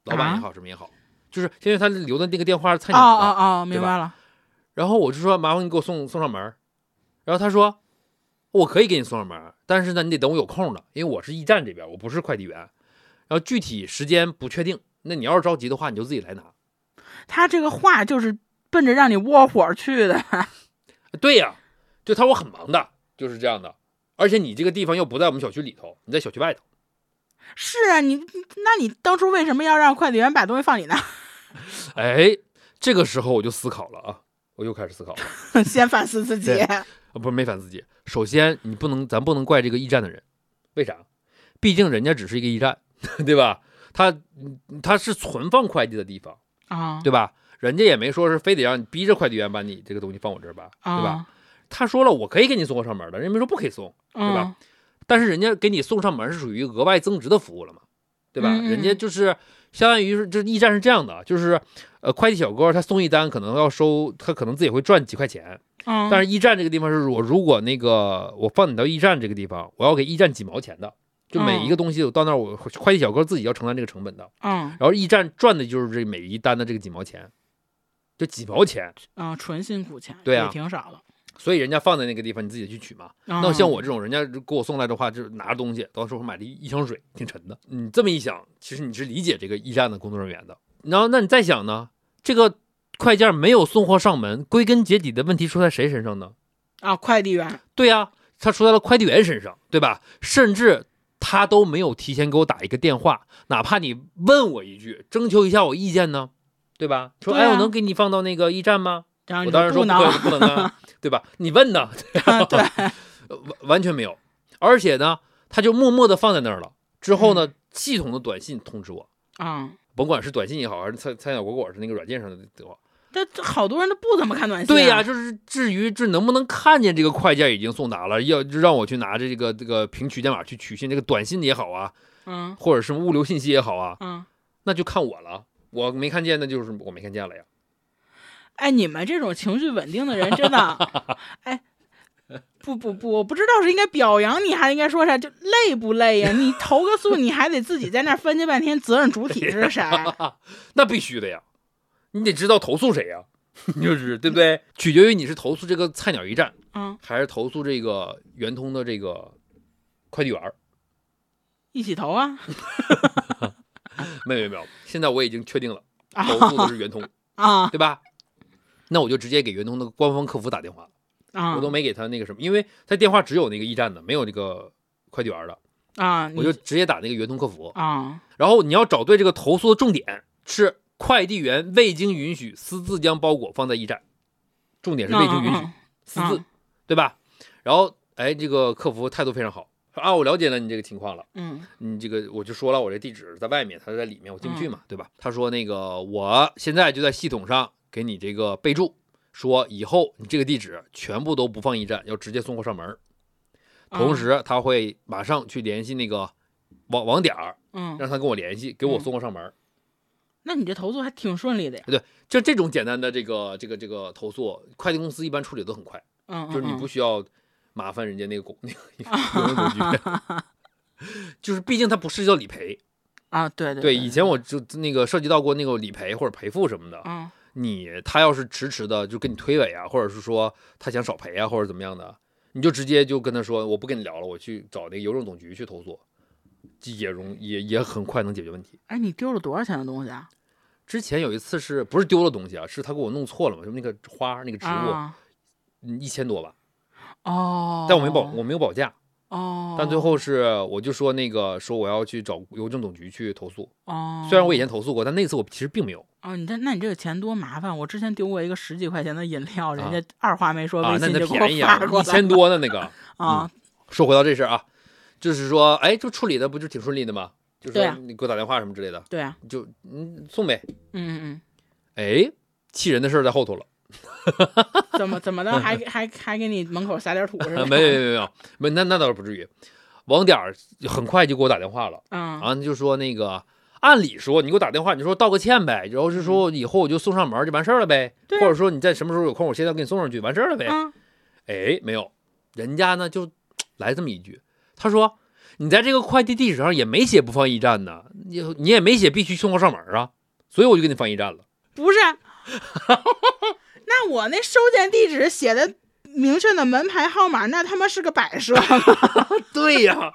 Speaker 1: 老板也
Speaker 2: 啊
Speaker 1: 好，什么也好，就是因为他留的那个电话是菜
Speaker 2: 哦
Speaker 1: 鸟的，
Speaker 2: 哦哦，明白了
Speaker 1: 然后我就说麻烦你给我送送上门儿，然后他说我可以给你送上门儿，但是呢你得等我有空了，因为我是驿站这边，我不是快递员，然后具体时间不确定，那你要是着急的话你就自己来拿。
Speaker 2: 他这个话就是奔着让你窝火去的，
Speaker 1: 对呀、就他说我很忙的，就是这样的。而且你这个地方又不在我们小区里头，你在小区外头，
Speaker 2: 是啊，你那你当初为什么要让快递员把东西放你那儿？
Speaker 1: 哎，这个时候我就思考了啊，我又开始思考了，
Speaker 2: 先反思自己
Speaker 1: 对啊不是没反自己。首先，你不能，咱不能怪这个驿站的人，为啥？毕竟人家只是一个驿站， 对吧？他他是存放快递的地方，
Speaker 2: 啊，
Speaker 1: 对吧？人家也没说是非得让你逼着快递员把你这个东西放我这儿吧，
Speaker 2: 啊
Speaker 1: 对吧？？他说了，我可以给你送上门的，人家没说不可以送。对吧
Speaker 2: 嗯？
Speaker 1: 但是人家给你送上门是属于额外增值的服务了嘛，对吧？
Speaker 2: 嗯嗯
Speaker 1: 人家就是相当于是，这驿站是这样的，就是呃，快递小哥他送一单可能要收，他可能自己会赚几块钱，
Speaker 2: 嗯，
Speaker 1: 但
Speaker 2: 是
Speaker 1: 是驿站这个地方是我如果那个我放你到驿站这个地方，我要给驿站几毛钱的，就每一个东西我到那儿我快递小哥自己要承担这个成本的，
Speaker 2: 嗯
Speaker 1: 然后驿站赚的就是这每一单的这个几毛钱，就几毛钱，
Speaker 2: 嗯，纯辛苦钱，
Speaker 1: 对啊
Speaker 2: 也挺少嗯了。
Speaker 1: 所以人家放在那个地方你自己去取嘛。
Speaker 2: 那
Speaker 1: 那像我这种人家给我送来的话，就是拿着东西，到时候买了一一箱水，挺沉的。你这么一想，其实你是理解这个驿站的工作人员的。然后，那你再想呢，这个快件没有送货上门，归根结底的问题出在谁身上呢？
Speaker 2: 啊，快递员
Speaker 1: 对呀、他出在了快递员身上，对吧？甚至他都没有提前给我打一个电话，哪怕你问我一句，征求一下我意见呢，对吧？说，
Speaker 2: 对啊
Speaker 1: 哎，我能给你放到那个驿站吗？
Speaker 2: 然后
Speaker 1: 我
Speaker 2: 你
Speaker 1: 当然说
Speaker 2: 不
Speaker 1: 不可
Speaker 2: 能
Speaker 1: 以，不能 啊，对吧？你问呢？
Speaker 2: 啊 对，
Speaker 1: 呃完完全没有。而且呢，他就默默的放在那儿了。之后呢，系统的短信通知我，
Speaker 2: 啊，
Speaker 1: 甭管是短信也好，还是菜菜鸟果果是那个软件上的电话。
Speaker 2: 但这好多人都不怎么看短信。啊
Speaker 1: 对呀、，就是至于这能不能看见这个快件已经送达了，要让我去拿着这个这个凭取件码去取信这个短信也好啊，
Speaker 2: 嗯
Speaker 1: 或者是物流信息也好啊，
Speaker 2: 嗯，
Speaker 1: 那就看我了。我没看见，那就是我没看见了呀。
Speaker 2: 哎，你们这种情绪稳定的人，真的， 哎。不不不，我不知道是应该表扬你，还是应该说啥，就累不累呀？你投个诉，你还得自己在那儿分析半天，责任主体是谁？
Speaker 1: 那必须的呀，你得知道投诉谁呀，就是对不对？取决于你是投诉这个菜鸟驿站，
Speaker 2: 嗯，
Speaker 1: 还是投诉这个圆通的这个快递员儿？
Speaker 2: 一起投啊
Speaker 1: 没有没有没有，现在我已经确定了，
Speaker 2: 啊
Speaker 1: 投诉的是圆通，
Speaker 2: 啊
Speaker 1: 对吧？那我就直接给圆通的官方客服打电话了，
Speaker 2: 啊！
Speaker 1: 我都没给他那个什么，因为他电话只有那个驿站的，没有这个快递员儿的，
Speaker 2: 啊，
Speaker 1: 我
Speaker 2: 你
Speaker 1: 就直接打那个圆通客服。
Speaker 2: 啊
Speaker 1: 然后你要找对这个投诉的重点是快递员未经允许私自将包裹放在驿站，重点是未经允许
Speaker 2: 嗯嗯
Speaker 1: 私自
Speaker 2: 嗯，
Speaker 1: 对吧？然后哎，这个客服态度非常好，说啊，我了解了你这个情况了。
Speaker 2: 嗯嗯
Speaker 1: 你这个我就说了，我这地址在外面，他在里面，我进不去嘛，对吧？他说那个我现在就在系统上给你这个备注，说以后你这个地址全部都不放驿站，要直接送货上门儿。
Speaker 2: 嗯
Speaker 1: 同时他会马上去联系那个网网点儿，
Speaker 2: 嗯，
Speaker 1: 让他跟我联系，给我送货上门儿。
Speaker 2: 那你这投诉还挺顺利的呀。
Speaker 1: 就这种简单的这个这个这个投诉，快递公司一般处理都很快，
Speaker 2: 嗯，
Speaker 1: 就是你
Speaker 2: 嗯
Speaker 1: 不需要麻烦 人家那个工那个邮政工具，就是毕竟它不涉及到理赔，
Speaker 2: 啊，对对
Speaker 1: 对，
Speaker 2: 对，
Speaker 1: 以前我就那个涉及到过那个理赔或者赔付什么的，
Speaker 2: 嗯
Speaker 1: 你他要是迟迟的就跟你推诿啊，或者是说他想少赔啊，或者怎么样的，你就直接就跟他说我不跟你聊了，我去找那个邮政总局去投诉，也容也也很快能解决问题。
Speaker 2: 哎，你丢了多少钱的东西啊？
Speaker 1: 之前有一次是不是丢了东西啊？是他给我弄错了嘛？就那个花那个植物嗯
Speaker 2: 啊，
Speaker 1: 一千多吧，
Speaker 2: 哦，
Speaker 1: 但我没保我没有保价，
Speaker 2: 哦，
Speaker 1: 但最后是我就说那个说我要去找邮政总局去投诉，
Speaker 2: 哦，
Speaker 1: 虽然我以前投诉过，但那次我其实并没有
Speaker 2: 哦，你这那你这个钱多麻烦！我之前丢过一个十几块钱的饮料，人
Speaker 1: 啊
Speaker 2: 家二话没说，
Speaker 1: 啊
Speaker 2: 微，
Speaker 1: 那
Speaker 2: 信
Speaker 1: 那
Speaker 2: 就给
Speaker 1: 便宜
Speaker 2: 我
Speaker 1: 啊
Speaker 2: 发，过
Speaker 1: 一
Speaker 2: 来
Speaker 1: 千嗯
Speaker 2: 了
Speaker 1: 多呢那个。
Speaker 2: 啊。
Speaker 1: 说回到这事儿啊，就是说，哎，就处理的不就挺顺利的吗？就是
Speaker 2: 对
Speaker 1: 说
Speaker 2: 啊
Speaker 1: 你给我打电话什么之类的，
Speaker 2: 对啊，
Speaker 1: 就嗯送呗。
Speaker 2: 嗯嗯
Speaker 1: 哎，气人的事儿在后头了。
Speaker 2: 嗯，怎么怎么的， 还给还还给你门口撒点土是吧？
Speaker 1: 啊没有没有没有没有没那那倒是不至于。网点儿很快就给我打电话了，
Speaker 2: 嗯
Speaker 1: 啊，就说那个，按理说你给我打电话，你就说道个歉呗，然后就说以后我就送上门儿就完事儿了呗，
Speaker 2: 嗯对啊
Speaker 1: 或者说你在什么时候有空，我现在给你送上去完事儿了呗。
Speaker 2: 嗯，
Speaker 1: 哎，没有，人家呢就来这么一句，他说你在这个快递地址上也没写不放驿站呢，你你也没写必须送货上门啊，所以我就给你放驿站了。
Speaker 2: 不是，那我那收件地址写的明确的门牌号码，那他妈是个摆设。
Speaker 1: 对呀、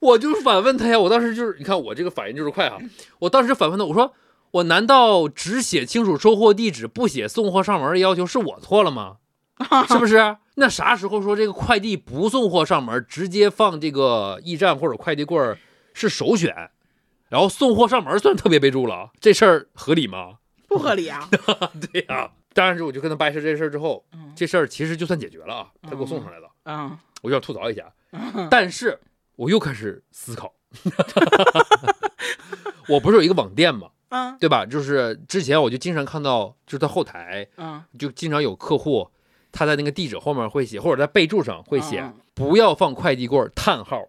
Speaker 1: 我就反问他呀，我当时就是你看我这个反应就是快哈，我当时反问他，我说我难道只写清楚收货地址，不写送货上门的要求是我错了吗？是不是？那啥时候说这个快递不送货上门，直接放这个驿站或者快递柜儿是首选，然后送货上门算特别备注了，这事儿合理吗？
Speaker 2: 不合理 啊！
Speaker 1: 对呀、当然是我就跟他掰扯这事儿之后，
Speaker 2: 嗯
Speaker 1: 这事儿其实就算解决了啊，他给我送上来了，
Speaker 2: 嗯，
Speaker 1: 我就想吐槽一 下，但是我又开始思考， 我不是有一个网店嘛，
Speaker 2: 嗯
Speaker 1: 对吧？就是之前我就经常看到，就是在后台
Speaker 2: 嗯，
Speaker 1: 就经常有客户，他在那个地址后面会写，或者在备注上会写
Speaker 2: 嗯嗯
Speaker 1: “不要放快递柜儿”叹号，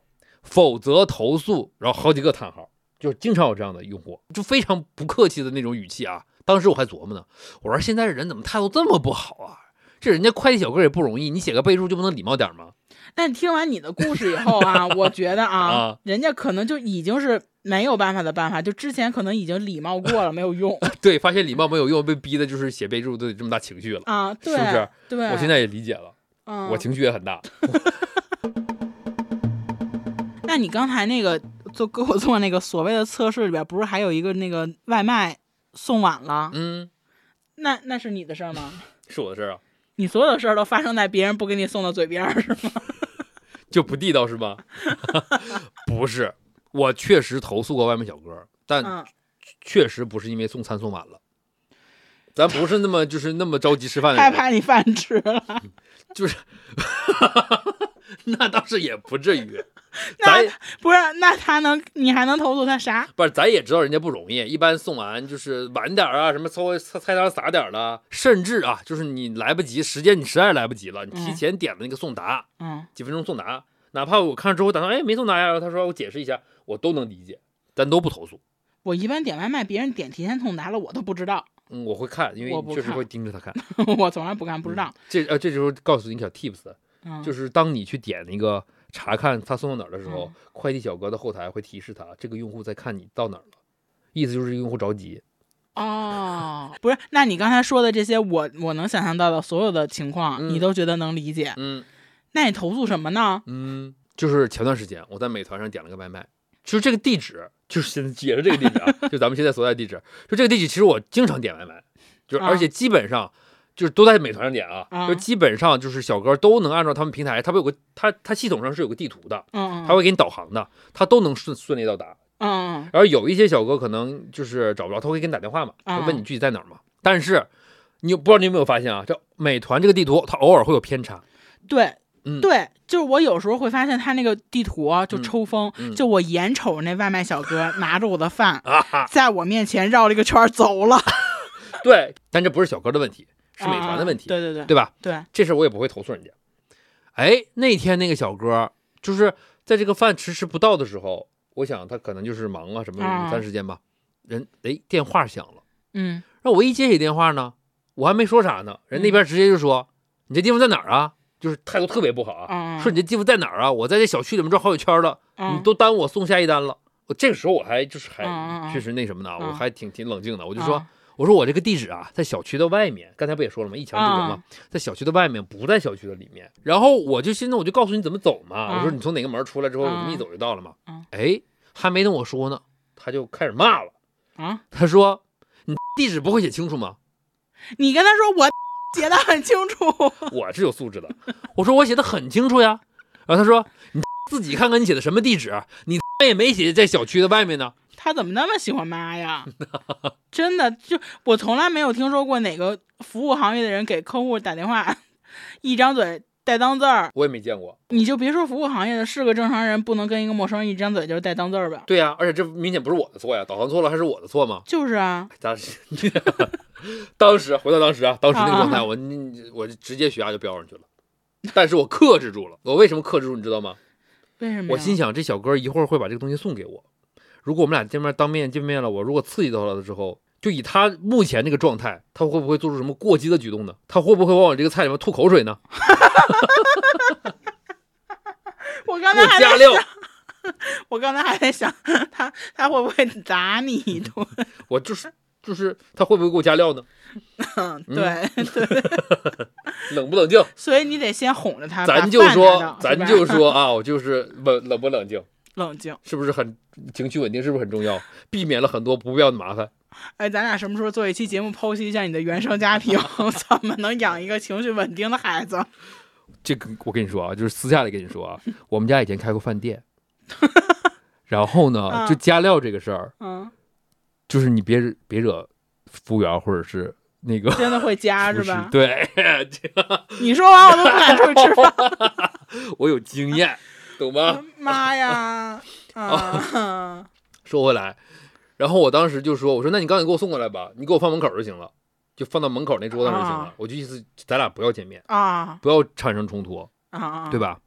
Speaker 1: 否则投诉，然后好几个叹号，就经常有这样的用户，就非常不客气的那种语气啊。当时我还琢磨呢，我说现在人怎么态度这么不好啊？这人家快递小哥也不容易，你写个备注就不能礼貌点儿吗？
Speaker 2: 那你听完你的故事以后啊，我觉得啊
Speaker 1: 啊，
Speaker 2: 人家可能就已经是没有办法的办法，就之前可能已经礼貌过了，没 有用
Speaker 1: 对，发现礼貌没有用，被逼的就是写备注都有这么大情绪了。
Speaker 2: 啊。对，
Speaker 1: 是不是
Speaker 2: 对，
Speaker 1: 我现在也理解了，
Speaker 2: 嗯，
Speaker 1: 我情绪也很大。
Speaker 2: 那你刚才那个做给我做那个所谓的测试里边，不是还有一个那个外卖送晚了？
Speaker 1: 嗯，
Speaker 2: 那那是你的事儿吗？
Speaker 1: 是我的事儿啊，
Speaker 2: 你所有的事儿都发生在别人不给你送到嘴边
Speaker 1: 嗯
Speaker 2: 儿，是吗？
Speaker 1: 就不地道是吧？ 不是，我确实投诉过外卖小哥，但
Speaker 2: 嗯，
Speaker 1: 确实不是因为送餐送晚了。咱不是那么就是那么着急吃饭的
Speaker 2: 害
Speaker 1: 人，
Speaker 2: 怕你饭吃了，
Speaker 1: 那倒是也不至于。咱
Speaker 2: 那
Speaker 1: 也
Speaker 2: 不是？那他能，你还能投诉他啥？
Speaker 1: 不是，咱也知道人家不容易，一般送完就是晚点儿啊，什么稍微菜菜单撒点儿了，甚至啊，就是你来不及，时间你实在来不及了，你提
Speaker 2: 嗯
Speaker 1: 前点的那个送达，
Speaker 2: 嗯，
Speaker 1: 几分钟送达，哪怕我看了之后打算哎没送达呀，然后他说我解释一下，我都能理解，咱都不投诉。
Speaker 2: 我一般点外卖，别人点提前送达了，我都不知道，
Speaker 1: 嗯，我会看，因为
Speaker 2: 我不
Speaker 1: 确实
Speaker 2: 看
Speaker 1: 会盯着他看，
Speaker 2: 我从来不看，不知道。
Speaker 1: 这呃这时候告诉你个小 tips，
Speaker 2: 嗯，
Speaker 1: 就是是当你去点那个查看他送到哪儿的时候，
Speaker 2: 嗯
Speaker 1: 快递小哥的后台会提示他这个用户在看你到哪儿了，意思就是用户着急。
Speaker 2: 哦， 不是？那你刚才说的这些，我我能想象到的所有的情况，
Speaker 1: 嗯
Speaker 2: 你都觉得能理解。
Speaker 1: 嗯
Speaker 2: 那你投诉什么呢？
Speaker 1: 嗯，就是前段时间我在美团上点了个外卖，就是这个地址，就是现在也是这个地 址啊，就咱们现在所在地址，就这个地址，其实我经常点外卖，就是
Speaker 2: 啊
Speaker 1: 而且基本上。就是都在美团上点啊，
Speaker 2: 啊
Speaker 1: 就基本上就是小哥都能按照他们平台，他不有个他他系统上是有个地图的，
Speaker 2: 嗯，嗯
Speaker 1: 他会给你导航的，他都能顺顺利到达。
Speaker 2: 嗯嗯
Speaker 1: 然后有一些小哥可能就是找不着，他会给你打电话嘛，
Speaker 2: 啊
Speaker 1: 他问你具体在哪儿嘛。但是你不知道你有没有发现啊，这美团这个地图它偶尔会有偏差，
Speaker 2: 对，
Speaker 1: 嗯
Speaker 2: 对，就是我有时候会发现他那个地图啊就抽风，
Speaker 1: 嗯啊
Speaker 2: 就我眼瞅着那外卖小哥拿着我 的饭，在我面前绕了一个圈儿走了，
Speaker 1: 对，但这不是小哥的问题， 是美团的问题，
Speaker 2: 啊对对对
Speaker 1: 对吧？
Speaker 2: 对，
Speaker 1: 这事儿我也不会投诉人家。哎，那天那个小哥就是在这个饭迟迟不到的时候，我想他可能就是忙啊，什么
Speaker 2: 啊
Speaker 1: 午餐时间吧，人哎电话响了，
Speaker 2: 嗯，
Speaker 1: 让我一接起电话呢，我还没说啥呢，人那边直接就说：“你这地方在哪儿啊？”就是态度特别不好啊，
Speaker 2: 嗯啊
Speaker 1: 说你这地方在哪儿啊？我在这小区里面转好几圈了，
Speaker 2: 嗯
Speaker 1: 你都耽误我送下一单了。我这个时候我还就是
Speaker 2: 嗯嗯
Speaker 1: 还
Speaker 2: 嗯
Speaker 1: 确实那什么呢，我
Speaker 2: 嗯
Speaker 1: 还挺挺冷静的，我
Speaker 2: 我
Speaker 1: 就说。我说我这个地址啊，在小区的外面，刚才不也说了吗？一墙之隔
Speaker 2: 啊
Speaker 1: 嘛，在小区的外面，不在小区的里面。然后我就现在我就告诉你怎么走嘛，
Speaker 2: 嗯
Speaker 1: 我说你从哪个门出来之后，我
Speaker 2: 嗯
Speaker 1: 们一走就到了嘛
Speaker 2: 嗯。
Speaker 1: 哎，还没等我说呢，他就开始骂了，
Speaker 2: 啊，
Speaker 1: 他说你地址不会写清楚吗？
Speaker 2: 你跟他说我 写的很清楚，
Speaker 1: 我是有素质的。我说我写的很清楚呀。然后他说你自己看看你写的什么地址，啊你也没写在小区的外面呢。
Speaker 2: 他怎么那么喜欢妈呀？ 真的，就我从来没有听说过哪个服务行业的人给客户打电话，一张嘴带脏字儿。
Speaker 1: 我也没见过。
Speaker 2: 你就别说服务行业的，是个正常人不能跟一个陌生人一张嘴就是带脏字儿吧？
Speaker 1: 对呀、而且这明显不是我的错呀，导航错了还是我的错吗？
Speaker 2: 就是啊，
Speaker 1: 当时， 当时回到当时啊，当时那个状态，
Speaker 2: 啊
Speaker 1: 我我就直接血压就飙上去了。但是我克制住了。我为什么克制住？你知道吗？
Speaker 2: 为什么呀？
Speaker 1: 我心想，这小哥一会儿会把这个东西送给我。如果我们俩见面当面见面了，我如果刺激到了之后，就以他目前这个状态，他会不会做出什么过激的举动呢？他会不会往我这个菜里面吐口水 呢？
Speaker 2: 我刚
Speaker 1: 给我
Speaker 2: 才还
Speaker 1: 加
Speaker 2: 在
Speaker 1: 料
Speaker 2: 想，！我刚才还在想他他会不会打你 一顿？
Speaker 1: 我就是就是他会不会给我加料呢？嗯
Speaker 2: 对，
Speaker 1: 冷不冷静？
Speaker 2: 所以你得先哄着他，把
Speaker 1: 咱就
Speaker 2: 饭拿
Speaker 1: 说
Speaker 2: 到，是
Speaker 1: 咱
Speaker 2: 吧
Speaker 1: 就说啊，我就是冷冷不冷静，
Speaker 2: 冷静。
Speaker 1: 是不是很情绪稳定？是不是很重要？避免了很多不必要的麻烦。
Speaker 2: 哎，咱俩什么时候做一期节目，剖析一下你的原生家庭， 怎么能养一个情绪稳定的孩子？
Speaker 1: 这个我跟你说啊，就是私下里跟你说 啊，我们家以前开过饭店，然后呢，
Speaker 2: 嗯
Speaker 1: 就加料这个事儿，
Speaker 2: 嗯，
Speaker 1: 就是你别惹别惹服务员或者是那个
Speaker 2: 真的会加
Speaker 1: 厨
Speaker 2: 是
Speaker 1: 师
Speaker 2: 吧？
Speaker 1: 对， 这
Speaker 2: 你说完我都不敢出去吃饭。
Speaker 1: 我有经 验，懂吗？
Speaker 2: 妈呀！嗯
Speaker 1: 哦
Speaker 2: 啊，
Speaker 1: 说回来，然后我当时就说，我说那你刚才给我送过来吧，你给我放门口就行了，就放到门口那桌子上就行了
Speaker 2: 啊。
Speaker 1: 我就意思咱俩不要见面，
Speaker 2: 啊
Speaker 1: 不要产生冲突，
Speaker 2: 啊！
Speaker 1: 对
Speaker 2: 吧？
Speaker 1: 吧？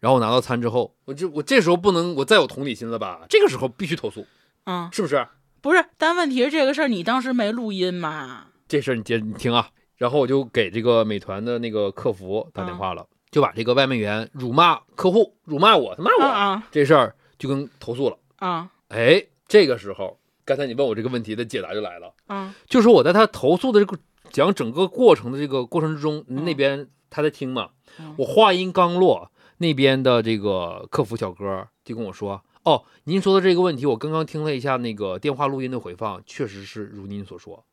Speaker 1: 然后我拿到餐之后，我就我这时候不能，我再有同理心了吧？这个时候必须投诉，
Speaker 2: 嗯，
Speaker 1: 是不是？
Speaker 2: 不是，但问题是这个事儿你当时没录音嘛？
Speaker 1: 这事儿你接你听啊。然后我就给这个美团的那个客服打
Speaker 2: 啊
Speaker 1: 电话了，就把这个外卖员辱骂客户、辱骂我、他骂我、
Speaker 2: 啊啊
Speaker 1: 这事儿就跟投诉了。
Speaker 2: 啊
Speaker 1: 哎，这个时候，刚才你问我这个问题的解答就来了，
Speaker 2: 啊！
Speaker 1: 就是我在他投诉的这个讲整个过程的这个过程之中，
Speaker 2: 嗯
Speaker 1: 那边他在听嘛
Speaker 2: 嗯，
Speaker 1: 我话音刚落，那边的这个客服小哥就跟我说。哦，您说的这个问题，我刚刚听了一下那个电话录音的回放，确实是如您所说，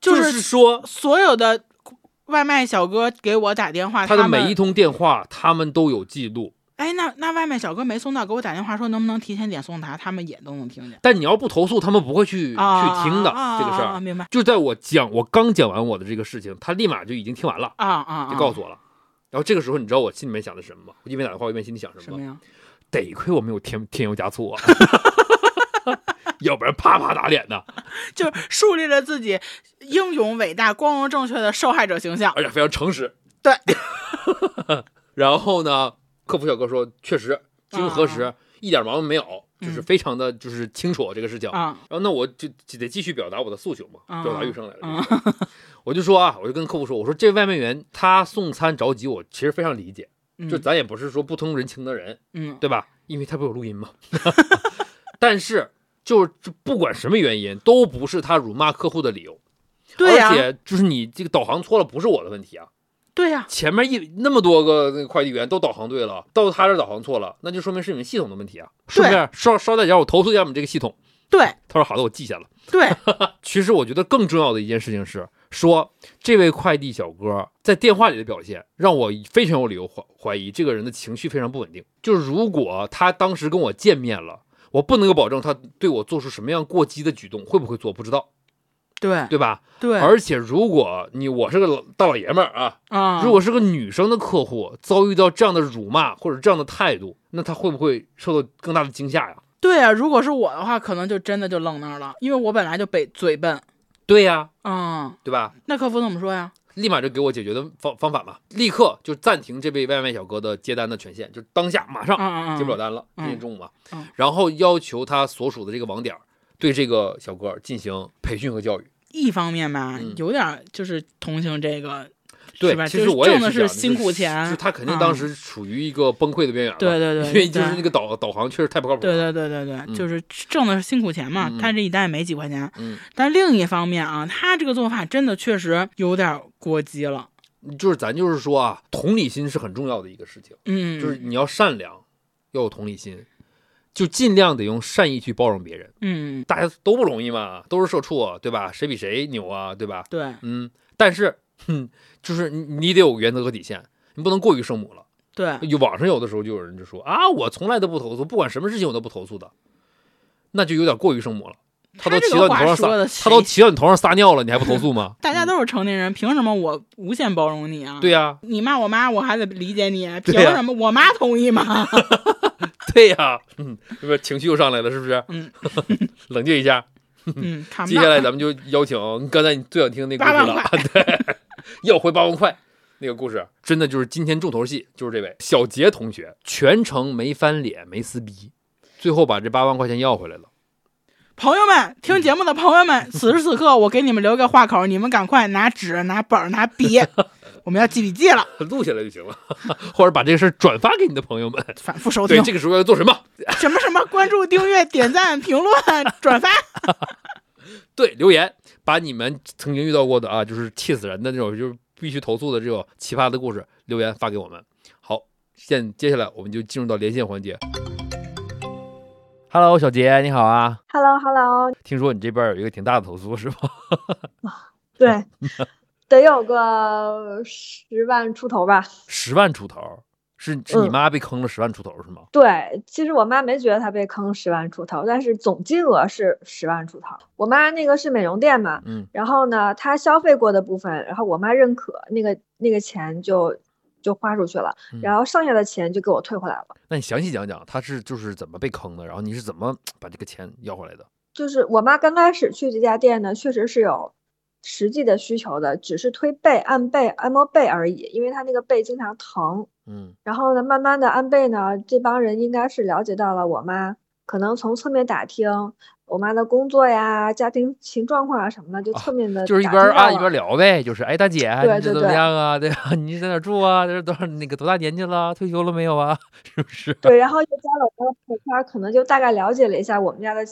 Speaker 2: 就
Speaker 1: 就是说
Speaker 2: 所有的外卖小哥给我打电话，
Speaker 1: 他
Speaker 2: 他
Speaker 1: 的每
Speaker 2: 们
Speaker 1: 一通电话他们都有记录，
Speaker 2: 哎，那那外卖小哥没送到，给我打电话说能不能提前点送达，他们也都能听见。
Speaker 1: 但你要不投诉，他们不会去、
Speaker 2: 啊
Speaker 1: 去听的、
Speaker 2: 啊
Speaker 1: 这个事
Speaker 2: 啊啊
Speaker 1: 儿。
Speaker 2: 明白
Speaker 1: 就在我讲我刚讲完我的这个事情，他立马就已经听完了，
Speaker 2: 啊啊！
Speaker 1: 就告
Speaker 2: 诉
Speaker 1: 诉我了。然后这个时候，你知道我心里面想的是什么吗？我一边打电话一边心里想什
Speaker 2: 什
Speaker 1: 么
Speaker 2: 么
Speaker 1: 吗？
Speaker 2: 呀？
Speaker 1: 得亏我没有添添油加醋啊， 要不然啪啪打脸呢，
Speaker 2: 就是树立了自己英勇、伟大、光荣、正确的受害者形象。
Speaker 1: 而且非常诚实。
Speaker 2: 对，
Speaker 1: 然后呢，客服小哥说，确实经核实、
Speaker 2: 啊
Speaker 1: 一点毛病没有，就是
Speaker 2: 嗯
Speaker 1: 非常的就是清楚这个事情。
Speaker 2: 啊
Speaker 1: 然后那我就就得继续表达我的诉求嘛，
Speaker 2: 啊
Speaker 1: 表达欲上来了。
Speaker 2: 啊
Speaker 1: 我就说啊，我就跟客户说，我说这外卖员他送餐着急，我其实非常理解，
Speaker 2: 嗯
Speaker 1: 就咱也不是说不通人情的人，
Speaker 2: 嗯
Speaker 1: 对吧？因为他不有录音嘛。 但是就是不管什么原因，都不是他辱骂客户的理由。
Speaker 2: 对呀
Speaker 1: 而且就是你这个导航错了，不是我的问题啊。
Speaker 2: 对呀
Speaker 1: 前面一那么多个那个快递员都导航对了，到他这儿导航错了，那就说明是你们系统的问题啊。顺便捎捎带脚，我投诉一下我们这个系统。
Speaker 2: 对
Speaker 1: 他说好的，我记下了。
Speaker 2: 对
Speaker 1: 其实我觉得更重要的一件事情是，说这位快递小哥在电话里的表现，让我非常有理由怀怀疑这个人的情绪非常不稳定。就是如果他当时跟我见面了，我不能够保证他对我做出什么样过激的举动，会不会做不知道，
Speaker 2: 对
Speaker 1: 对吧？
Speaker 2: 对
Speaker 1: 而且如果你我是个老大老爷们儿啊，
Speaker 2: 啊，
Speaker 1: 如果是个女生的客户遭遇到这样的辱骂或者这样的态度，那他会不会受到更大的惊吓呀？
Speaker 2: 对啊，如果是我的话，可能就真的就愣那儿了，因为我本来就北嘴笨。
Speaker 1: 对呀、
Speaker 2: 嗯，
Speaker 1: 对吧？
Speaker 2: 那客服怎么说呀？
Speaker 1: 立马就给我解决的方方法嘛，立刻就暂停这位外卖小哥的接单的权限，就当下马上
Speaker 2: 嗯嗯
Speaker 1: 啊接不了
Speaker 2: 嗯，
Speaker 1: 单了，今
Speaker 2: 嗯
Speaker 1: 天中午嘛
Speaker 2: 嗯，
Speaker 1: 然后要求他所属的这个网点儿对这个小哥进行培训和教育。
Speaker 2: 一方面吧
Speaker 1: 嗯，
Speaker 2: 有点就是同情这个
Speaker 1: 对
Speaker 2: 是吧？
Speaker 1: 其
Speaker 2: 就
Speaker 1: 实
Speaker 2: 是
Speaker 1: 我也
Speaker 2: 挣
Speaker 1: 是
Speaker 2: 的
Speaker 1: 想
Speaker 2: 是辛苦钱，
Speaker 1: 就是他肯定当
Speaker 2: 嗯
Speaker 1: 时处于一个崩溃的边缘了，
Speaker 2: 对对对
Speaker 1: 因为就是
Speaker 2: 对
Speaker 1: 那个导导航确实太不靠谱了，嗯
Speaker 2: 对对对对对，就是挣的是辛苦钱嘛，
Speaker 1: 嗯嗯
Speaker 2: 他这一单也没几块钱。
Speaker 1: 嗯，
Speaker 2: 但另一方面啊，他这个做法真的确实有点过激了。
Speaker 1: 就是咱就是说啊，同理心是很重要的一个事情，
Speaker 2: 嗯，
Speaker 1: 就是你要善良，要有同理心，就尽量得用善意去包容别人。
Speaker 2: 嗯，
Speaker 1: 大家都不容易嘛，都是社畜啊，对吧？谁比谁牛啊，对吧？
Speaker 2: 对
Speaker 1: 嗯，但是，哼，就是你你得有原则和底线，你不能过于圣母了。
Speaker 2: 对
Speaker 1: 有网上有的时候就有人就说啊，我从来都不投诉，不管什么事情我都不投诉的，那就有点过于圣母了。他都
Speaker 2: 这
Speaker 1: 骑到
Speaker 2: 个
Speaker 1: 你
Speaker 2: 话
Speaker 1: 头上
Speaker 2: 说
Speaker 1: 撒，
Speaker 2: 的
Speaker 1: 他都
Speaker 2: 谁？
Speaker 1: 骑到你头上撒尿了，你还不投诉吗
Speaker 2: 大家都是成年人，凭什么我无限包容你啊？
Speaker 1: 对、呀、
Speaker 2: 你骂我妈，我还得理解你，凭
Speaker 1: 对呀
Speaker 2: 什么我妈同意 吗？
Speaker 1: 对呀、嗯，是不是情绪又上来了？是不是？
Speaker 2: 嗯，
Speaker 1: 冷静一下。
Speaker 2: 嗯，看不
Speaker 1: 接
Speaker 2: 到
Speaker 1: 下来咱们就邀请刚才你最想听那个故事了， 啊
Speaker 2: 八万
Speaker 1: 对，要回八万块那个故事，真的就是今天重头戏，就是这位小杰同学，全程没翻脸，没撕逼，最后把这八万块钱要回来了。
Speaker 2: 朋友们，听节目的朋友们，此时此刻我给你们留个话口，你们赶快拿纸、拿本儿、拿 笔，我们要记笔记了，
Speaker 1: 录下来就行了， 或者把这个事儿转发给你的朋友们。
Speaker 2: 反复收
Speaker 1: 对，
Speaker 2: 听。
Speaker 1: 这个时候要做什么？
Speaker 2: 什么什么关注、订阅、点赞、评论、转发。
Speaker 1: 对，留言，把你们曾经遇到过的啊，就是气死人的那种，就是必须投诉的这种奇葩的故事，留言发给我们。好，现接下来我们就进入到连线环节。Hello，小杰，你好啊！
Speaker 3: h e l l o h e l l o
Speaker 1: 听说你这边有一个挺大的投诉是吧？
Speaker 3: 对，得有个十万出头吧。
Speaker 1: 十万出头，是是你
Speaker 3: 嗯
Speaker 1: 妈被坑了十万出头是吗？
Speaker 3: 对，其实我妈没觉得她被坑十万出头，但是总金额是十万出头。我妈那个是美容店嘛，
Speaker 1: 嗯，
Speaker 3: 然后呢，她消费过的部分，然后我妈认可，那个那个钱就就花出去了，然后剩下的钱就给我退回来了。
Speaker 1: 那你详细讲讲，她是就是怎么被坑的，然后你是怎么把这个钱要回来的？
Speaker 3: 就是我妈刚开始去这家店呢，确实是有实际的需求的，只是推背、按背、按摩背而已，因为她那个背经常疼。
Speaker 1: 嗯
Speaker 3: 然后呢，慢慢的安倍呢，这帮人应该是了解到了我妈，可能从侧面打听我妈的工作呀、家庭情状况啊什么的，就
Speaker 1: 啊
Speaker 3: 侧面的、
Speaker 1: 就是一边儿按一边儿聊呗，就是哎大姐，
Speaker 3: 对
Speaker 1: 你这怎
Speaker 3: 对
Speaker 1: 么
Speaker 3: 对
Speaker 1: 样啊？ 对吧？你在哪儿住啊？这多少那个多大年纪了？退休了没有啊？是不是？
Speaker 3: 对，然后又加了我妈的朋友圈儿，可能就大概了解了一下我们家的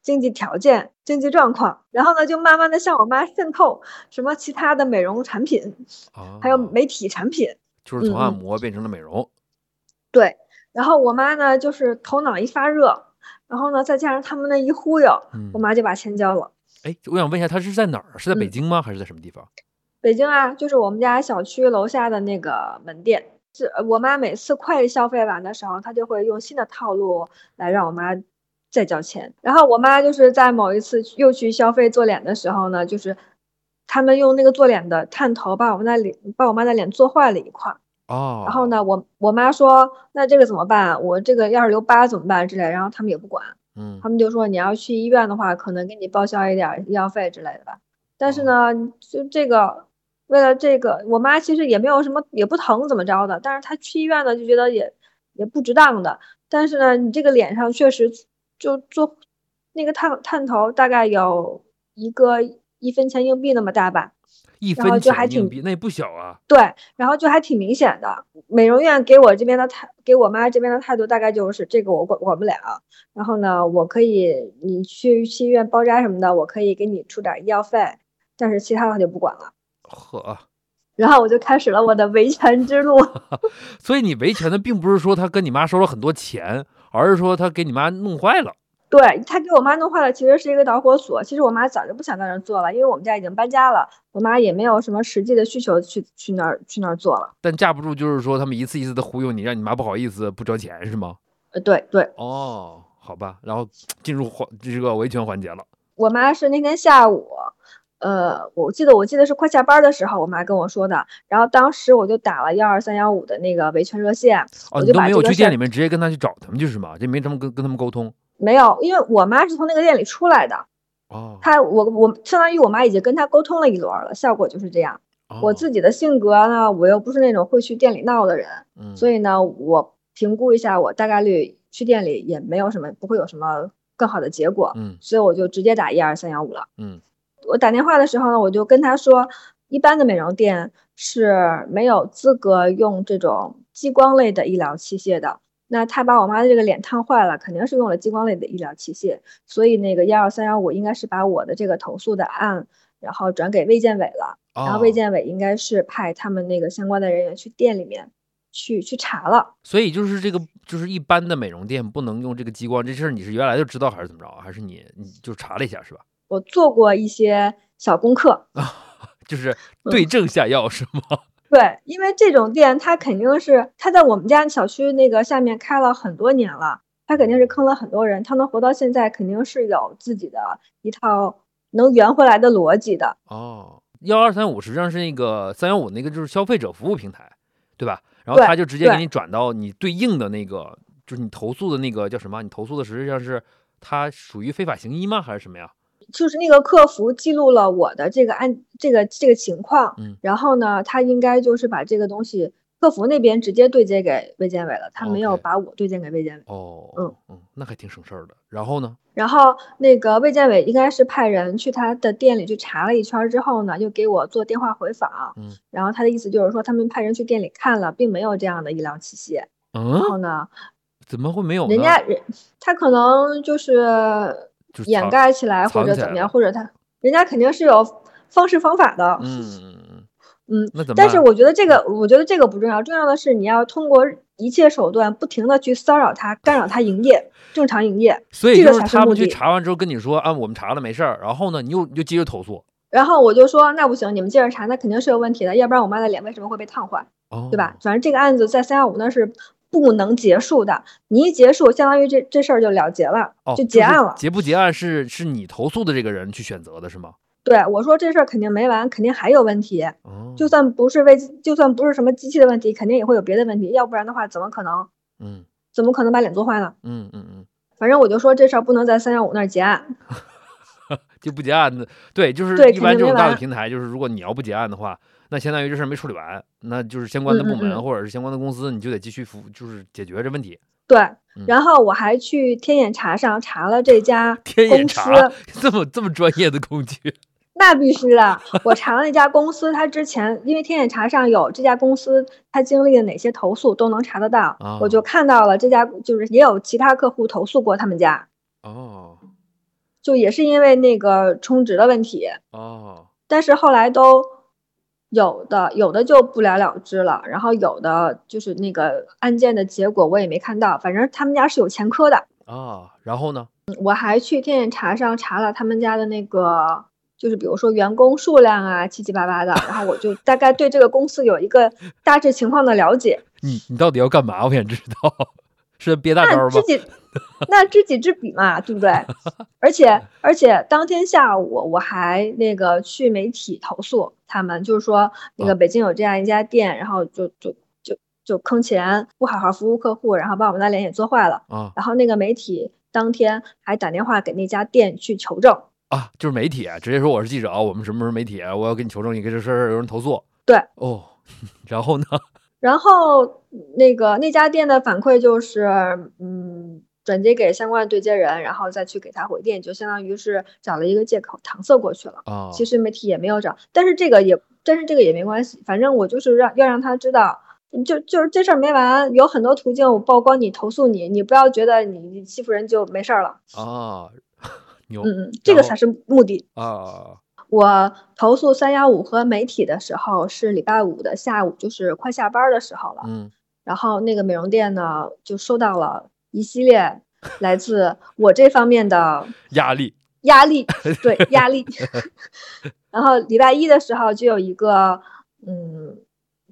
Speaker 3: 经济条件、经济状况，然后呢，就慢慢的向我妈渗透什么其他的美容产品，
Speaker 1: 啊，
Speaker 3: 还有媒体产品，
Speaker 1: 就是从按
Speaker 3: 嗯嗯
Speaker 1: 摩变成了美容，
Speaker 3: 对，然后我妈呢就是头脑一发热，然后呢再加上他们那一忽悠，
Speaker 1: 嗯
Speaker 3: 我，妈就把钱交了。
Speaker 1: 哎，我想问一下，她是在哪儿？是在北
Speaker 3: 嗯
Speaker 1: 京吗？还是在什么地方？
Speaker 3: 北京啊，就是我们家小区楼下的那个门店。是呃我妈每次快消费完的时候，她就会用新的套路来让我妈再交钱。然后我妈就是在某一次又去消费做脸的时候呢，就是他们用那个做脸的探头把我们的脸把我妈的脸做坏了一块儿。
Speaker 1: 哦，
Speaker 3: 然后？呢，我我妈说：“那这个怎么办？啊我这个要是留疤怎么办？”之类。然后他们也不管，
Speaker 1: 嗯
Speaker 3: 他，们就说你要去医院的话，可能给你报销一点儿医药费之类的吧。但是呢，就这个，为了这个，我妈其实也没有什么，也不疼怎么着的。但是她去医院呢，就觉得也也不值当的。但是呢，你这个脸上确实就做那个探探头，大概有一个一分钱硬币那么大吧。
Speaker 1: 一
Speaker 3: 然后
Speaker 1: 分
Speaker 3: 就还
Speaker 1: 钱硬
Speaker 3: 挺
Speaker 1: 币那也不小啊，
Speaker 3: 对，然后就还挺明显的。美容院给我这边的态，给我妈这边的态度大概就是这个我管管不了，然后呢，我可以你去去医院包扎什么的，我可以给你出点医药费，但是其他的就不管了。
Speaker 1: 呵啊。
Speaker 3: 然后我就开始了我的维权之路。
Speaker 1: 所以你维权的并不是说她跟你妈收了很多钱，而是说她给你妈弄坏了。
Speaker 3: 对他给我妈弄坏了，其实是一个导火索。其实我妈早就不想在那儿做了，因为我们家已经搬家了，我妈也没有什么实际的需求去去那儿去那儿做了。
Speaker 1: 但架不住就是说他们一次一次的忽悠你，让你妈不好意思不交钱是吗？
Speaker 3: 呃，对对，
Speaker 1: 哦，好吧，然后进入环这个维权环节了。
Speaker 3: 我妈是那天下午，呃，我记得我记得是快下班儿的时候，我妈跟我说的。然后当时我就打了幺二三幺五的那个维权热线，
Speaker 1: 哦，
Speaker 3: 我
Speaker 1: 你
Speaker 3: 就
Speaker 1: 都
Speaker 3: 把
Speaker 1: 没
Speaker 3: 这
Speaker 1: 有
Speaker 3: 个
Speaker 1: 去
Speaker 3: 事
Speaker 1: 店
Speaker 3: 儿
Speaker 1: 里面直接跟他去找他们去是吗？这没他们跟跟他们沟通。
Speaker 3: 没有，因为我妈是从那个店里出来的，
Speaker 1: 哦，
Speaker 3: 她我我相当于我妈已经跟她沟通了一轮儿了，效果就是这样。
Speaker 1: 哦
Speaker 3: 我自己的性格呢，我又不是那种会去店里闹的人，
Speaker 1: 哦，
Speaker 3: 所
Speaker 1: 以
Speaker 3: 以呢，我评估一下，我大概率去店里也没有什么，不会有什么更好的结果。
Speaker 1: 嗯
Speaker 3: 所以我就直接打一二三幺五了。
Speaker 1: 嗯，
Speaker 3: 我打电话的时候呢，我就跟他说，一般的美容店是没有资格用这种激光类的医疗器械的。那他把我妈的这个脸烫坏了，肯定是用了激光类的医疗器械，所以那个幺二三幺五应该是把我的这个投诉的案，然后转给卫健委了，然后卫
Speaker 1: 哦
Speaker 3: 健委应该是派他们那个相关的人员去店里面去去查了。
Speaker 1: 哦所以就是这个，就是一般的美容店不能用这个激光，这事儿你是原来就知道还是怎么着啊？还是你你就查了一下是吧？
Speaker 3: 我做过一些小功课，
Speaker 1: 就是
Speaker 3: 嗯
Speaker 1: 对症下药是吗？
Speaker 3: 对，因为这种店它肯定是它在我们家小区那个下面开了很多年了，它肯定是坑了很多人，它能活到现在，肯定是有自己的一套能圆回来的逻辑的。
Speaker 1: 哦，幺二三五实际上是那个三幺五那个就是消费者服务平台，对吧？然后
Speaker 3: 对
Speaker 1: 他就直接给
Speaker 3: 对
Speaker 1: 你转到你对应的那个，就是你投诉的那个叫什么？你投诉的实际上是它属于非法行医吗？还是什么呀？
Speaker 3: 就是那个客服记录了我的这个案这个这个情况，
Speaker 1: 嗯
Speaker 3: 然后呢，他应该就是把这个东西客服那边直接对接给卫健委了，他没有
Speaker 1: 哦 OK
Speaker 3: 把我对接给卫健委。
Speaker 1: 哦，
Speaker 3: 嗯
Speaker 1: 嗯，那还挺省事儿的。然后呢？
Speaker 3: 然后那个卫健委应该是派人去他的店里去查了一圈儿之后呢，又给我做电话回访。
Speaker 1: 嗯，
Speaker 3: 然后他的意思就是说，他们派人去店里看了，并没有这样的医疗器械。
Speaker 1: 嗯
Speaker 3: 然，后呢，
Speaker 1: 怎么会没有呢？
Speaker 3: 哦人家人他可能就是
Speaker 1: 就是
Speaker 3: 掩
Speaker 1: 藏。
Speaker 3: 盖起来或
Speaker 1: 藏
Speaker 3: 者
Speaker 1: 起
Speaker 3: 怎
Speaker 1: 来
Speaker 3: 么样，
Speaker 1: 了
Speaker 3: 或者他人家肯定是有方式方法的。
Speaker 1: 嗯嗯嗯，
Speaker 3: 嗯，
Speaker 1: 那怎么办？嗯
Speaker 3: 但是我觉得这个，我觉得这个不重要，重要的是你要通过一切手段不停的去骚扰他，干扰他营业，正常营业。
Speaker 1: 所以
Speaker 3: 这个
Speaker 1: 就是
Speaker 3: 才是
Speaker 1: 他
Speaker 3: 目
Speaker 1: 们去
Speaker 3: 的
Speaker 1: 查完之后跟你说啊，我们查了没事儿，然后呢，你又你就接着投诉，
Speaker 3: 然后我就说，那不行，你们接着查，那肯定是有问题的，要不然我妈的脸为什么会被烫坏，
Speaker 1: 哦，
Speaker 3: 对吧？？反正这个案子在三幺五那是不能结束的，你一结束，相当于这这事儿就了结了，
Speaker 1: 哦，
Speaker 3: 就是结案了。
Speaker 1: 结不结案是是你投诉的这个人去选择的是吗？
Speaker 3: 对我说，这事儿肯定没完，肯定还有问题。
Speaker 1: 哦，
Speaker 3: 就算不是为，就算不是什么机器的问题，肯定也会有别的问题，要不然的话，怎么可能，
Speaker 1: 嗯
Speaker 3: 怎么可能把脸做坏呢？
Speaker 1: 嗯嗯嗯，
Speaker 3: 反正我就说这事儿不能在三幺五那儿结案，
Speaker 1: 就不结案的，对，就是
Speaker 3: 对
Speaker 1: 一般
Speaker 3: 肯定
Speaker 1: 这种
Speaker 3: 没
Speaker 1: 大的
Speaker 3: 完
Speaker 1: 平台，就是如果你要不结案的话，那相当于这事儿没处理完，那就是相关的
Speaker 3: 嗯
Speaker 1: 部
Speaker 3: 嗯
Speaker 1: 门
Speaker 3: 嗯
Speaker 1: 或者是相关的公司，你就得继续服，就是解决这问题。
Speaker 3: 对
Speaker 1: 嗯，
Speaker 3: 然后我还去天眼查上查了这家
Speaker 1: 天眼
Speaker 3: 公司，
Speaker 1: 查这么这么专业的工 具，
Speaker 3: 那必须的。我查了一家公司，它之前因为天眼查上有这家公司它经历了哪些投诉都能查得到，我
Speaker 1: 哦
Speaker 3: 就看到了这家就是也有其他客户投诉过他们家，
Speaker 1: 哦
Speaker 3: 就也是因为那个充值的问题，
Speaker 1: 哦，
Speaker 3: 但是后来都有的有的就不了了之了，然后有的就是那个案件的结果我也没看到，反正他们家是有前科的。
Speaker 1: 啊，然后呢？
Speaker 3: 我还去天眼查上查了他们家的那个，就是比如说员工数量啊，七七八八的。然后我就大概对这个公司有一个大致情况的了解。
Speaker 1: 你你到底要干嘛？我想知道，是憋 大招
Speaker 3: 那
Speaker 1: 儿
Speaker 3: 知
Speaker 1: 吗？
Speaker 3: 己，那知己知彼嘛，对 不对？而且而且当天下午我还那个去媒体投诉他们，就是说那
Speaker 1: 啊
Speaker 3: 个北京有这样一家店，然后就就就就坑钱，不好好服务客户，然后把我们的脸也做坏了。
Speaker 1: 啊
Speaker 3: 然后那个媒体当天还打电话给那家店去求证。
Speaker 1: 啊，就是媒体直接说我是记者啊，我们什么什么媒体啊，我要给你求证一个这事儿有人投诉。
Speaker 3: 对
Speaker 1: 哦， 然后呢？
Speaker 3: 然后那个那家店的反馈就是，嗯，转接给相关的对接人，然后再去给他回电，就相当于是找了一个借口搪塞过去了。
Speaker 1: 啊，
Speaker 3: 其实媒体也没有找，但是这个也，但是这个也没关系，反正我就是让要让他知道，嗯就就是这事儿没完，有很多途径我曝光你、投诉你，你不要觉得你你欺负人就没事儿了。
Speaker 1: 啊， 牛
Speaker 3: 嗯嗯，这个
Speaker 1: 然后
Speaker 3: 才是目的。
Speaker 1: 啊
Speaker 3: 我投诉三幺五和媒体的时候是礼拜五的下午，就是快下班儿的时候了。
Speaker 1: 嗯
Speaker 3: 然后那个美容店呢，就收到了一系列来自我这方面的
Speaker 1: 压力
Speaker 3: 压力，对压力。 然后礼拜一的时候就有一个，嗯，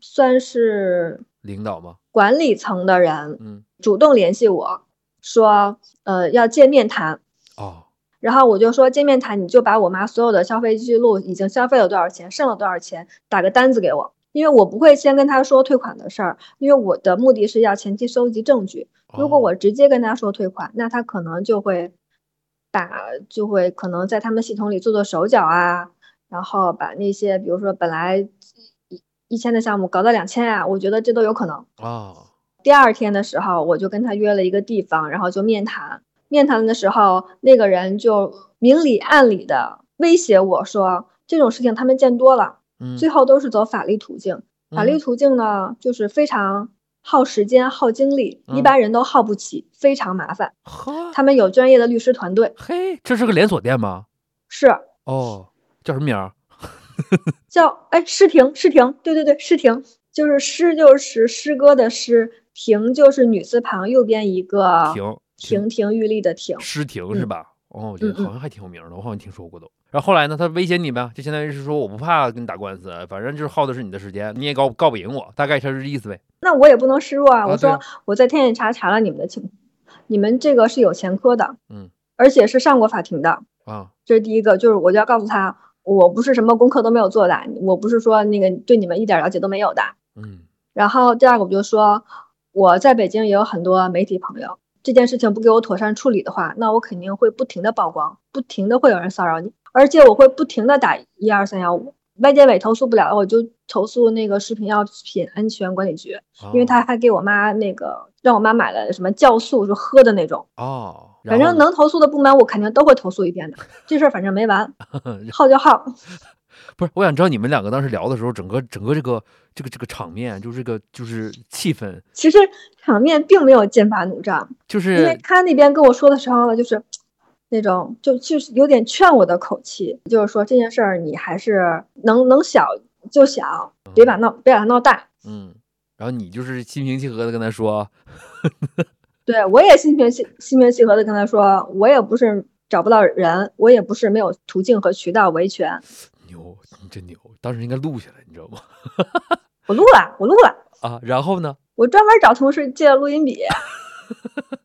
Speaker 3: 算是
Speaker 1: 领导吗？
Speaker 3: 管理层的人
Speaker 1: 嗯
Speaker 3: 主动联系我说，呃，要见面谈。
Speaker 1: 哦
Speaker 3: 然后我就说见面谈，你就把我妈所有的消费记录，已经消费了多少钱，剩了多少钱，打个单子给我，因为我不会先跟她说退款的事儿，因为我的目的是要前期收集证据。如果
Speaker 1: 哦
Speaker 3: 我直接跟他说退款，那他可能就会把就会可能在他们系统里做做手脚啊，然后把那些比如说本来一一千的项目搞到两千啊，我觉得这都有可能。
Speaker 1: 啊
Speaker 3: 第二天的时候，我就跟他约了一个地方，然后就面谈。面谈的时候，那个人就明里暗里的威胁我说，这种事情他们见多了，
Speaker 1: 嗯
Speaker 3: 最后都是走法律途径。法律途径呢，就是非常耗时间、耗精力，
Speaker 1: 嗯
Speaker 3: 一般人都耗不起，非常麻烦。
Speaker 1: 呵
Speaker 3: 他们有专业的律师团队，
Speaker 1: 嘿，这是个连锁店吗？
Speaker 3: 是
Speaker 1: 哦，叫什么名儿？
Speaker 3: 叫哎诗婷，诗婷，对对对，诗婷，就是诗就是诗歌的诗，婷就是女字旁右边一个
Speaker 1: 停停
Speaker 3: 亭亭玉立的亭。
Speaker 1: 诗婷是吧？哦，我觉得
Speaker 3: 嗯嗯
Speaker 1: 好像还挺有名的，我好像听说过都。然后后来呢，他威胁你呗，就相当于是说我不怕跟你打官司，反正就是耗的是你的时间，你也告告不赢我，大概是这意思呗。
Speaker 3: 那我也不能示弱啊，
Speaker 1: 啊
Speaker 3: 我
Speaker 1: 对
Speaker 3: 说、
Speaker 1: 啊
Speaker 3: 我在天眼查查了你们的情况，你们这个是有前科的，
Speaker 1: 嗯，
Speaker 3: 而且是上过法庭的，
Speaker 1: 啊，
Speaker 3: 这是第一个，就是我就要告诉他，我不是什么功课都没有做的，我不是说那个对你们一点了解都没有的。
Speaker 1: 嗯
Speaker 3: 然后第二个我就说，我在北京也有很多媒体朋友，这件事情不给我妥善处理的话，那我肯定会不停的曝光，不停的会有人骚扰你，而且我会不停的打一二三幺五，外界委投诉不了，我就投诉那个食品药品安全管理局，
Speaker 1: 啊
Speaker 3: 因为他还给我妈那个让我妈买了什么酵素，就喝的那种。
Speaker 1: 哦，然
Speaker 3: 反
Speaker 1: 后
Speaker 3: 正
Speaker 1: 呢
Speaker 3: 能投诉的部门，我肯定都会投诉一遍的。这事儿反正 没完，耗就耗。
Speaker 1: 不是，我想知道你们两个当时聊的时候，整个整个这个这个这个场面，就是这个就是气氛，
Speaker 3: 其实场面并没有剑拔弩张，
Speaker 1: 就
Speaker 3: 因为
Speaker 1: 是
Speaker 3: 他那边跟我说的时候呢，就是那种就就是有点劝我的口气，就是说这件事儿你还是能能小就小，别把闹别把它闹大。
Speaker 1: 嗯，然后你就是心平气和的跟他说，
Speaker 3: 对我也心平气心平气和的跟他说，我也不是找不到人，我也不是没有途径和渠道维权，
Speaker 1: 牛，你真牛，当时应该录下来，你知道吗？
Speaker 3: 我录了，我录了。
Speaker 1: 啊，然后呢？
Speaker 3: 我专门找同事借了录 音笔，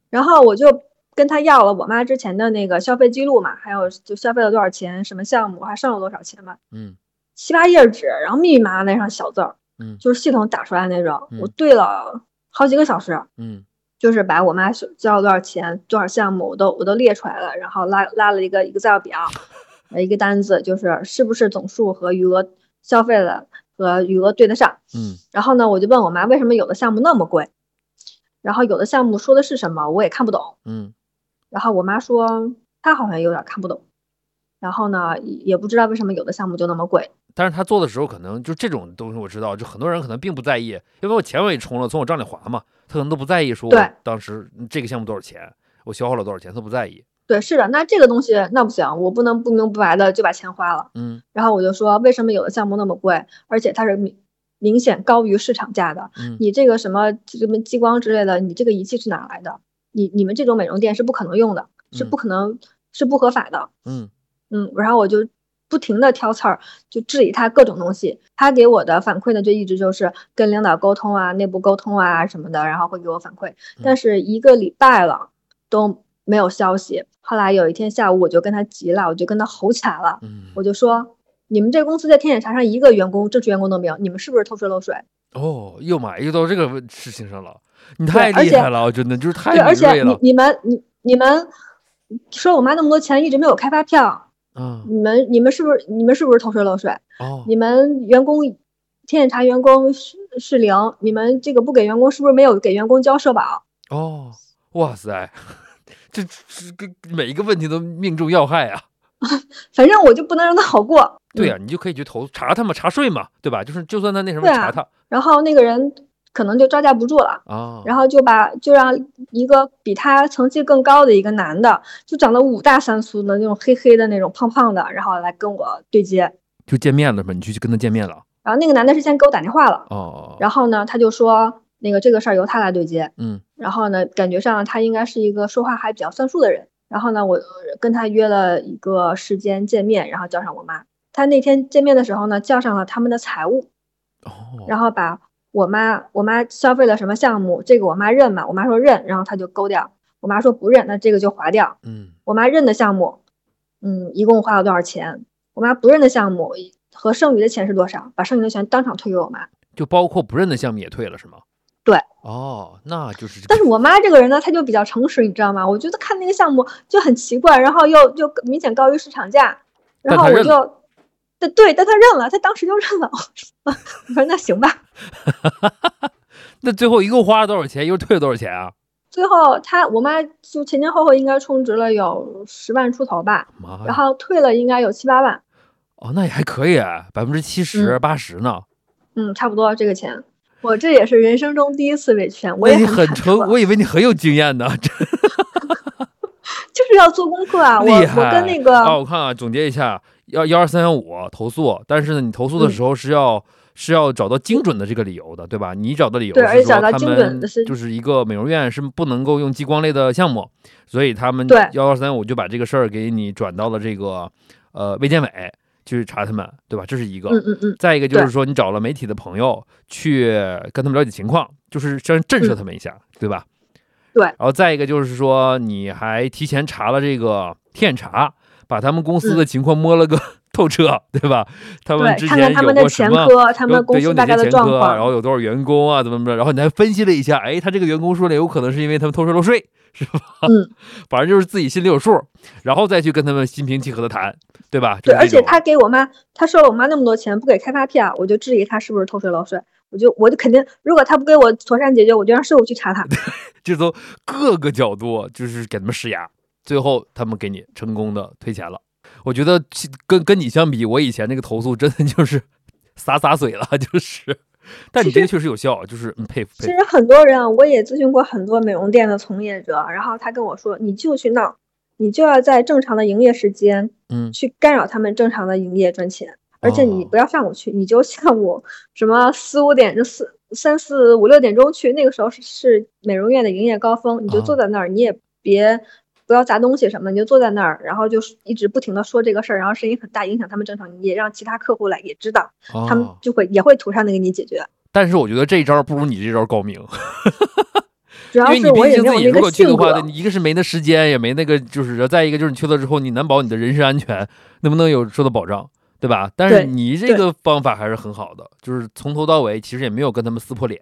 Speaker 3: 然后我就跟他要了我妈之前的那个消费记录嘛，还有就消费了多少钱，什么项目，还剩了多少钱嘛，
Speaker 1: 嗯
Speaker 3: 七八页纸，然后密密麻麻那上小字儿，
Speaker 1: 嗯
Speaker 3: 就是系统打出来那种。
Speaker 1: 嗯
Speaker 3: 我对了好几个小时，
Speaker 1: 嗯
Speaker 3: 就是把我妈交了多少钱、多少项目，我都我都列出来了，然后拉拉了一个 Excel 表，呃一个单子，就是是不是总数和余额消费了和余额对得上。
Speaker 1: 嗯
Speaker 3: 然后呢，我就问我妈为什么有的项目那么贵，然后有的项目说的是什么我也看不懂。
Speaker 1: 嗯
Speaker 3: 然后我妈说她好像有点看不懂，然后呢也也不知道为什么有的项目就那么贵。
Speaker 1: 但是他做的时候，可能就这种东西我知道，就很多人可能并不在意，因为我钱我也充了，从我账里划嘛，他可能都不在意说
Speaker 3: 对
Speaker 1: 我当时嗯这个项目多少钱，我消耗了多少钱，他不在意。
Speaker 3: 对，是的，那这个东西那不行，我不能不明不白的就把钱花了。
Speaker 1: 嗯
Speaker 3: 然后我就说为什么有的项目那么贵，而且它是明明显高于市场价的。
Speaker 1: 嗯
Speaker 3: 你这个什么什么激光之类的，你这个仪器是哪来的？你你们这种美容店是不可能用的，是
Speaker 1: 嗯
Speaker 3: 不可能是不合法的。
Speaker 1: 嗯
Speaker 3: 嗯，然后我就不停的挑刺儿，就质疑他各种东西。他给我的反馈呢，就一直就是跟领导沟通啊、内部沟通啊什么的，然后会给我反馈。但
Speaker 1: 嗯
Speaker 3: 是一个礼拜了都没有消息。后来有一天下午，我就跟他急了，我就跟他吼起来了，
Speaker 1: 嗯
Speaker 3: 我，就说：“你们这公司在天眼查上一个员工正式员工都没有，你们是不是偷税漏税？”
Speaker 1: 哦，又嘛，又到这个问事情上了，你
Speaker 3: 对
Speaker 1: 太
Speaker 3: 而
Speaker 1: 厉
Speaker 3: 且
Speaker 1: 害了，真的就是太
Speaker 3: 对，而
Speaker 1: 敏
Speaker 3: 且
Speaker 1: 锐
Speaker 3: 你
Speaker 1: 了。
Speaker 3: 你们你你们收我妈那么多钱，一直没有开发票，
Speaker 1: 嗯
Speaker 3: 你们你们是不是你们是不是偷税漏税？
Speaker 1: 哦，
Speaker 3: 你们员工天眼查员工是是零，你们这个不给员工是不是没有给员工交社保？
Speaker 1: 哦，哇塞，这这个每一个问题都命中要害啊！
Speaker 3: 反正我就不能让他好过。
Speaker 1: 对呀、
Speaker 3: 嗯
Speaker 1: 你就可以去投查他嘛，查税嘛，对吧？就是就算他那什么
Speaker 3: 对
Speaker 1: 查
Speaker 3: 啊
Speaker 1: 他
Speaker 3: 然后那个人可能就招架不住了。
Speaker 1: 啊，
Speaker 3: 然后就把就让一个比他层级更高的一个男的，就长得五大三粗的那种黑黑的那种胖胖的，然后来跟我对接。
Speaker 1: 就见面了嘛，你去跟他见面了。
Speaker 3: 然后那个男的是先给我打电话了，
Speaker 1: 哦，
Speaker 3: 然后呢，他就说那个这个事儿由他来对接。
Speaker 1: 嗯
Speaker 3: 然后呢，感觉上他应该是一个说话还比较算数的人。然后呢，我跟他约了一个时间见面，然后叫上我妈。他那天见面的时候呢，叫上了他们的财务，
Speaker 1: 哦，
Speaker 3: 然后把我妈我妈消费了什么项目，这个我妈认嘛，我妈说认，然后他就勾掉。我妈说不认，那这个就划掉。
Speaker 1: 嗯
Speaker 3: 我妈认的项目，嗯，一共花了多少钱？我妈不认的项目和剩余的钱是多少？把剩余的钱当场退给我妈。
Speaker 1: 就包括不认的项目也退了是吗？
Speaker 3: 对。
Speaker 1: 哦，那就是这个。
Speaker 3: 但是我妈这个人呢，她就比较诚实，你知道吗？我觉得看那个项目就很奇怪，然后又又明显高于市场价，然
Speaker 1: 但
Speaker 3: 后
Speaker 1: 她
Speaker 3: 我
Speaker 1: 认
Speaker 3: 就，对对，但她认了，她当时就认了。 我说我说那行吧。
Speaker 1: 那最后一共花了多少钱，又退了多少钱啊？
Speaker 3: 最后她我妈就前前后后应该充值了有十万出头吧，
Speaker 1: 哎妈呀！
Speaker 3: 然后退了应该有七八万。
Speaker 1: 哦，那也还可以，百分之七十、八十呢。
Speaker 3: 嗯，差不多这个钱。我这也是人生中第一次维权，我
Speaker 1: 那
Speaker 3: 也
Speaker 1: 你
Speaker 3: 很
Speaker 1: 很
Speaker 3: 忐
Speaker 1: 成，
Speaker 3: 忑
Speaker 1: 我以为你很有经验呢，真
Speaker 3: 就是要做功课啊。我
Speaker 1: 厉害。
Speaker 3: 我跟那个、
Speaker 1: 啊，我看啊，总结一下，要幺二三幺五投诉，但是呢，你投
Speaker 3: 嗯
Speaker 1: 诉的时候是要、是要找到精准的这个理由的，对吧？你找的理由
Speaker 3: 对而
Speaker 1: 是
Speaker 3: 且
Speaker 1: 说
Speaker 3: 找到
Speaker 1: 他
Speaker 3: 精准
Speaker 1: 们
Speaker 3: 的是
Speaker 1: 就是一个美容院是不能够用激光类的项目，所以他们
Speaker 3: 对
Speaker 1: 幺二三五就把这个事儿给你转到了这个呃卫健委去查他们，对吧？这是一个。
Speaker 3: 嗯嗯嗯，
Speaker 1: 再一个就是
Speaker 3: 对
Speaker 1: 说，你找了媒体的朋友去跟他们了解情况，就是先震慑他们一下，对吧？
Speaker 3: 嗯对
Speaker 1: 然后再一个就是说，你还提前查了这个天眼查，把他们公司的情况摸了个透彻， 对吧？他们之
Speaker 3: 嗯对，看看
Speaker 1: 前
Speaker 3: 他
Speaker 1: 有
Speaker 3: 们的
Speaker 1: 过什
Speaker 3: 前
Speaker 1: 么？
Speaker 3: 科，他
Speaker 1: 有
Speaker 3: 们的公
Speaker 1: 对有
Speaker 3: 司
Speaker 1: 哪
Speaker 3: 大
Speaker 1: 些
Speaker 3: 概的
Speaker 1: 前
Speaker 3: 状
Speaker 1: 科啊，
Speaker 3: 况，
Speaker 1: 然后有多少员工啊，怎么怎么着？然后你还分析了一下，哎，他这个员工说的有可能是因为他们偷税漏税， 是吧？
Speaker 3: 嗯，
Speaker 1: 反正就是自己心里有数，然后再去跟他们心平气和的谈，对吧？就
Speaker 3: 对，
Speaker 1: 是
Speaker 3: 而
Speaker 1: 这
Speaker 3: 且
Speaker 1: 种
Speaker 3: 他给我妈，他收了我妈那么多钱，不给开发票，我就质疑他是不是偷税漏税。我就我就肯定，如果他不给我妥善解决，我就让税务局查他。
Speaker 1: 这都各个角度就是给他们施压，最后他们给你成功的退钱了。我觉得其跟跟你相比，我以前那个投诉真的就是洒洒水了， 就是。但你这个确实有效，就是嗯佩服
Speaker 3: 其
Speaker 1: 佩服。
Speaker 3: 实很多人啊，我也咨询过很多美容店的从业者，然后他跟我说，你就去闹，你就要在正常的营业时间
Speaker 1: 嗯，
Speaker 3: 去干扰他们正常的营业赚钱，而且你
Speaker 1: 哦
Speaker 3: 不要上午去，你就下午什么四五点就四三四五六点钟去，那个时候是是美容院的营业高峰，你就
Speaker 1: 哦
Speaker 3: 坐在那儿，你也别不要砸东西什么的，你就坐在那儿，然后就是一直不停的说这个事儿，然后声音很大，影响他们正常营业，让其他客户来也知道，他们
Speaker 1: 哦
Speaker 3: 就会也会妥善的给你解决。
Speaker 1: 但是我觉得这一招不如你这招高明，
Speaker 3: 主
Speaker 1: 因
Speaker 3: 要
Speaker 1: 为你
Speaker 3: 是
Speaker 1: 毕
Speaker 3: 我也
Speaker 1: 竟
Speaker 3: 没
Speaker 1: 自
Speaker 3: 有
Speaker 1: 己
Speaker 3: 那
Speaker 1: 如
Speaker 3: 个
Speaker 1: 果去
Speaker 3: 性
Speaker 1: 的话，
Speaker 3: 格，
Speaker 1: 你一个是没那时间，也没那个就是，再一个就是你去了之后，你难保你的人身安全能不能有受到保障，对吧？但是
Speaker 3: 对
Speaker 1: 你这
Speaker 3: 对
Speaker 1: 个方法还是很好的，就是从头到尾其实也没有跟他们撕破脸，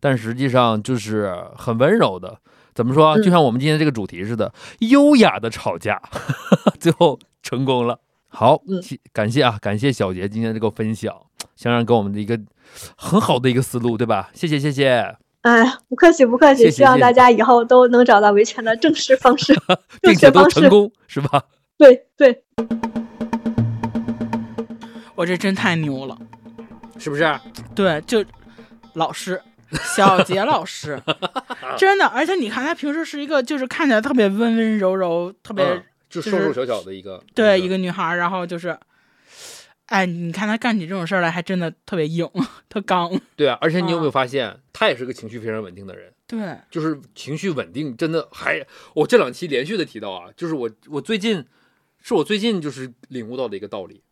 Speaker 1: 但实际上就是很温柔的。怎么说啊？
Speaker 3: 嗯
Speaker 1: 就像我们今天这个主题似的，优雅的吵架， 最后成功了。好
Speaker 3: 嗯，
Speaker 1: 其感谢啊，感谢小杰今天这个分享，想让给我们的一个很好的一个思路，对吧？谢谢，谢谢。
Speaker 3: 哎，不客气不客
Speaker 1: 谢谢
Speaker 3: 气，希望
Speaker 1: 谢
Speaker 3: 大
Speaker 1: 谢
Speaker 3: 家以后都能找到维权的正式 方式，正
Speaker 1: 并且
Speaker 3: 确
Speaker 1: 都
Speaker 3: 方
Speaker 1: 成
Speaker 3: 式。
Speaker 1: 功，是吧？
Speaker 3: 对对。
Speaker 2: 我这真太牛了。
Speaker 1: 是不是？
Speaker 2: 对，就老师，小杰老 师，真的，而且你看他平时是一个，就是看起来特别温温柔柔，特别、
Speaker 1: 嗯，就瘦瘦小小的一个，
Speaker 2: 对一个女孩儿，然后就是，哎，你看她干起这种事儿来，还真的特别硬， 特刚。
Speaker 1: 对啊。而且你有没
Speaker 2: 嗯
Speaker 1: 有发现，他也是个情绪非常稳定的人，
Speaker 2: 对，
Speaker 1: 就是情绪稳定，真的还我这两期连续的提到啊，就是我我最近是我最近就是领悟到的一个道理，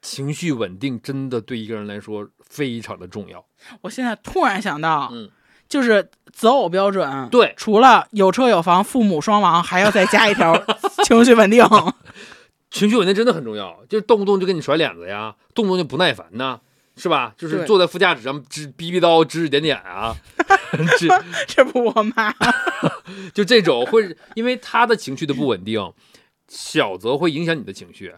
Speaker 1: 情绪稳定真的对一个人来说非常的重要。
Speaker 2: 我现在突然想到，
Speaker 1: 嗯
Speaker 2: 就是择偶标准，
Speaker 1: 对
Speaker 2: 除了有车有房、父母双亡，还要再加一条情绪稳定。
Speaker 1: 情绪稳定真的很重要，就是动不动就跟你甩脸子呀，动不动就不耐烦呐，是吧？就是
Speaker 2: 对
Speaker 1: 坐在副驾驶上指逼逼叨、指指点点啊，指
Speaker 2: 这不我妈，
Speaker 1: 就这种会，因为他的情绪的不稳定，小则会影响你的情绪，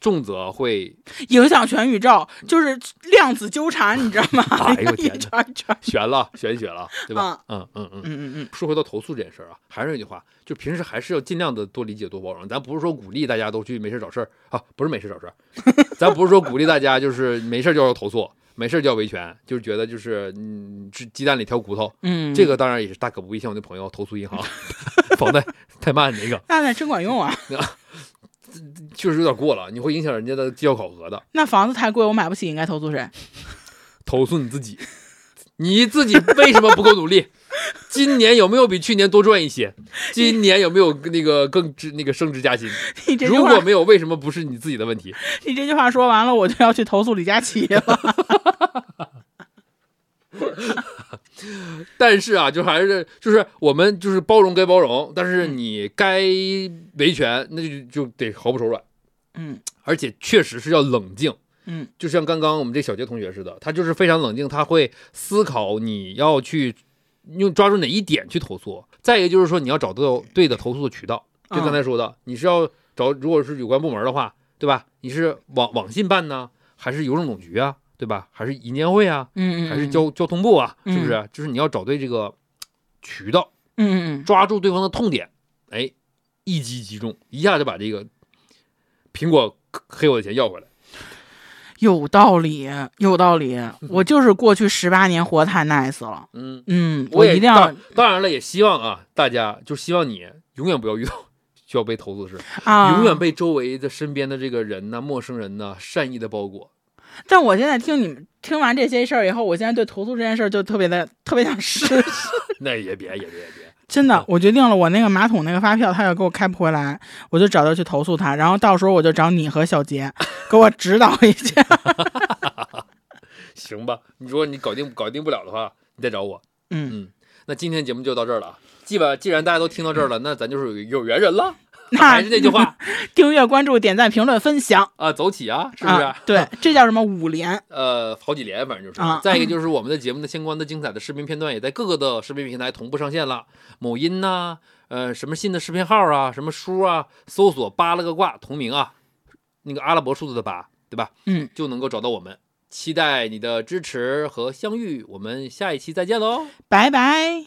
Speaker 1: 重则会，
Speaker 2: 影响全宇宙，就是量子纠缠，你知道吗？
Speaker 1: 嗯 哎呦
Speaker 2: 一
Speaker 1: 天
Speaker 2: 圈
Speaker 1: 哪
Speaker 2: 一圈。
Speaker 1: 悬了，玄学了，对吧？嗯嗯嗯。
Speaker 2: 嗯嗯嗯。
Speaker 1: 说回到投诉这件事儿啊，还是那句话，就平时还是要尽量的多理解、多包容。咱不是说鼓励大家都去没事找事儿啊，不是没事找事儿， 咱不是说鼓励大家就是没事就要投诉，没事就要维权，就是觉得就是嗯，鸡鸡蛋里挑骨头，
Speaker 2: 嗯，
Speaker 1: 这个当然也是大可不必。像我那朋友投诉银行 房贷太慢那个，
Speaker 2: 那那真管用啊！
Speaker 1: 确实有点过了，你会影响人家的绩效考核的。
Speaker 2: 那房子太贵，我买不起，应该投诉谁？
Speaker 1: 投诉你自己，你自己为什么不够努力？ 今年有没有比去年多赚一些？今年有没有那个更值那个升职加薪？
Speaker 2: 你这句
Speaker 1: 如
Speaker 2: 话，
Speaker 1: 果没有，为什么不是你自己的问题？
Speaker 2: 你这句话说完了，我就要去投诉李佳琦 了。
Speaker 1: 但是啊，就还是就是我们就是包容该包容，但是你该维权，那就就得毫不手软，
Speaker 2: 嗯
Speaker 1: 而且确实是要冷静。
Speaker 2: 嗯
Speaker 1: 就像刚刚我们这小杰同学似的，他就是非常冷静，他会思考你要去用抓住哪一点去投诉。再一个就是说，你要找到对的投诉的渠道，就
Speaker 2: 啊
Speaker 1: 刚才说的，你是要找如果是有关部门的话，对吧？你是网网信办呢，还是邮政总局啊，对吧？还是银监会啊，
Speaker 2: 嗯嗯，
Speaker 1: 还是交交通部啊，
Speaker 2: 嗯
Speaker 1: 是不是？就是你要找对这个渠道，
Speaker 2: 嗯嗯
Speaker 1: 抓住对方的痛点，哎，一击即中，一下就把这个苹果黑我的钱要回来。
Speaker 2: 嗯，有道理，有道理。我就是过去十八年活太 nice 了，
Speaker 1: 嗯，
Speaker 2: 嗯，
Speaker 1: 我也
Speaker 2: 一定要
Speaker 1: 当当然了，也希望啊，大家就希望你永远不要遇到需要被投诉的事，
Speaker 2: 啊，
Speaker 1: 永远被周围的身边的这个人呐、陌生人呐、善意的包裹。
Speaker 2: 但我现在听你们听完这些事儿以后，我现在对投诉这件事儿就特别的特 别想试试。
Speaker 1: 那也别也别也别，
Speaker 2: 真的，我决定了，我那个马桶那个发票他要给我开不回来，我就找他去投诉他，然后到时候我就找你和 小杰给我指导一下。
Speaker 1: 行吧？你说你搞定搞定不了的话，你再找我。
Speaker 2: 嗯，
Speaker 1: 那今天节目就到这儿了啊。既把既然大家都听到这儿了，那咱就是有有缘人了。
Speaker 2: 那
Speaker 1: 还是那句，话
Speaker 2: 订阅、关注、点赞、评论、分享，
Speaker 1: 啊，走起啊，是不是？
Speaker 2: 啊？ 对，这叫什么五连？
Speaker 1: 呃，好几连，反正就是。
Speaker 2: 啊
Speaker 1: 再一个就是我们的节目的相关的精彩的视频片段也在各个的视频平台同步上线了，某音呐、呃，什么新的视频号啊，什么书啊，搜索“扒了个卦”同名啊，那个阿拉伯数字的八，对吧？
Speaker 2: 嗯，
Speaker 1: 就能够找到我们。期待你的支持和相遇，我们下一期再见喽。
Speaker 2: 拜拜。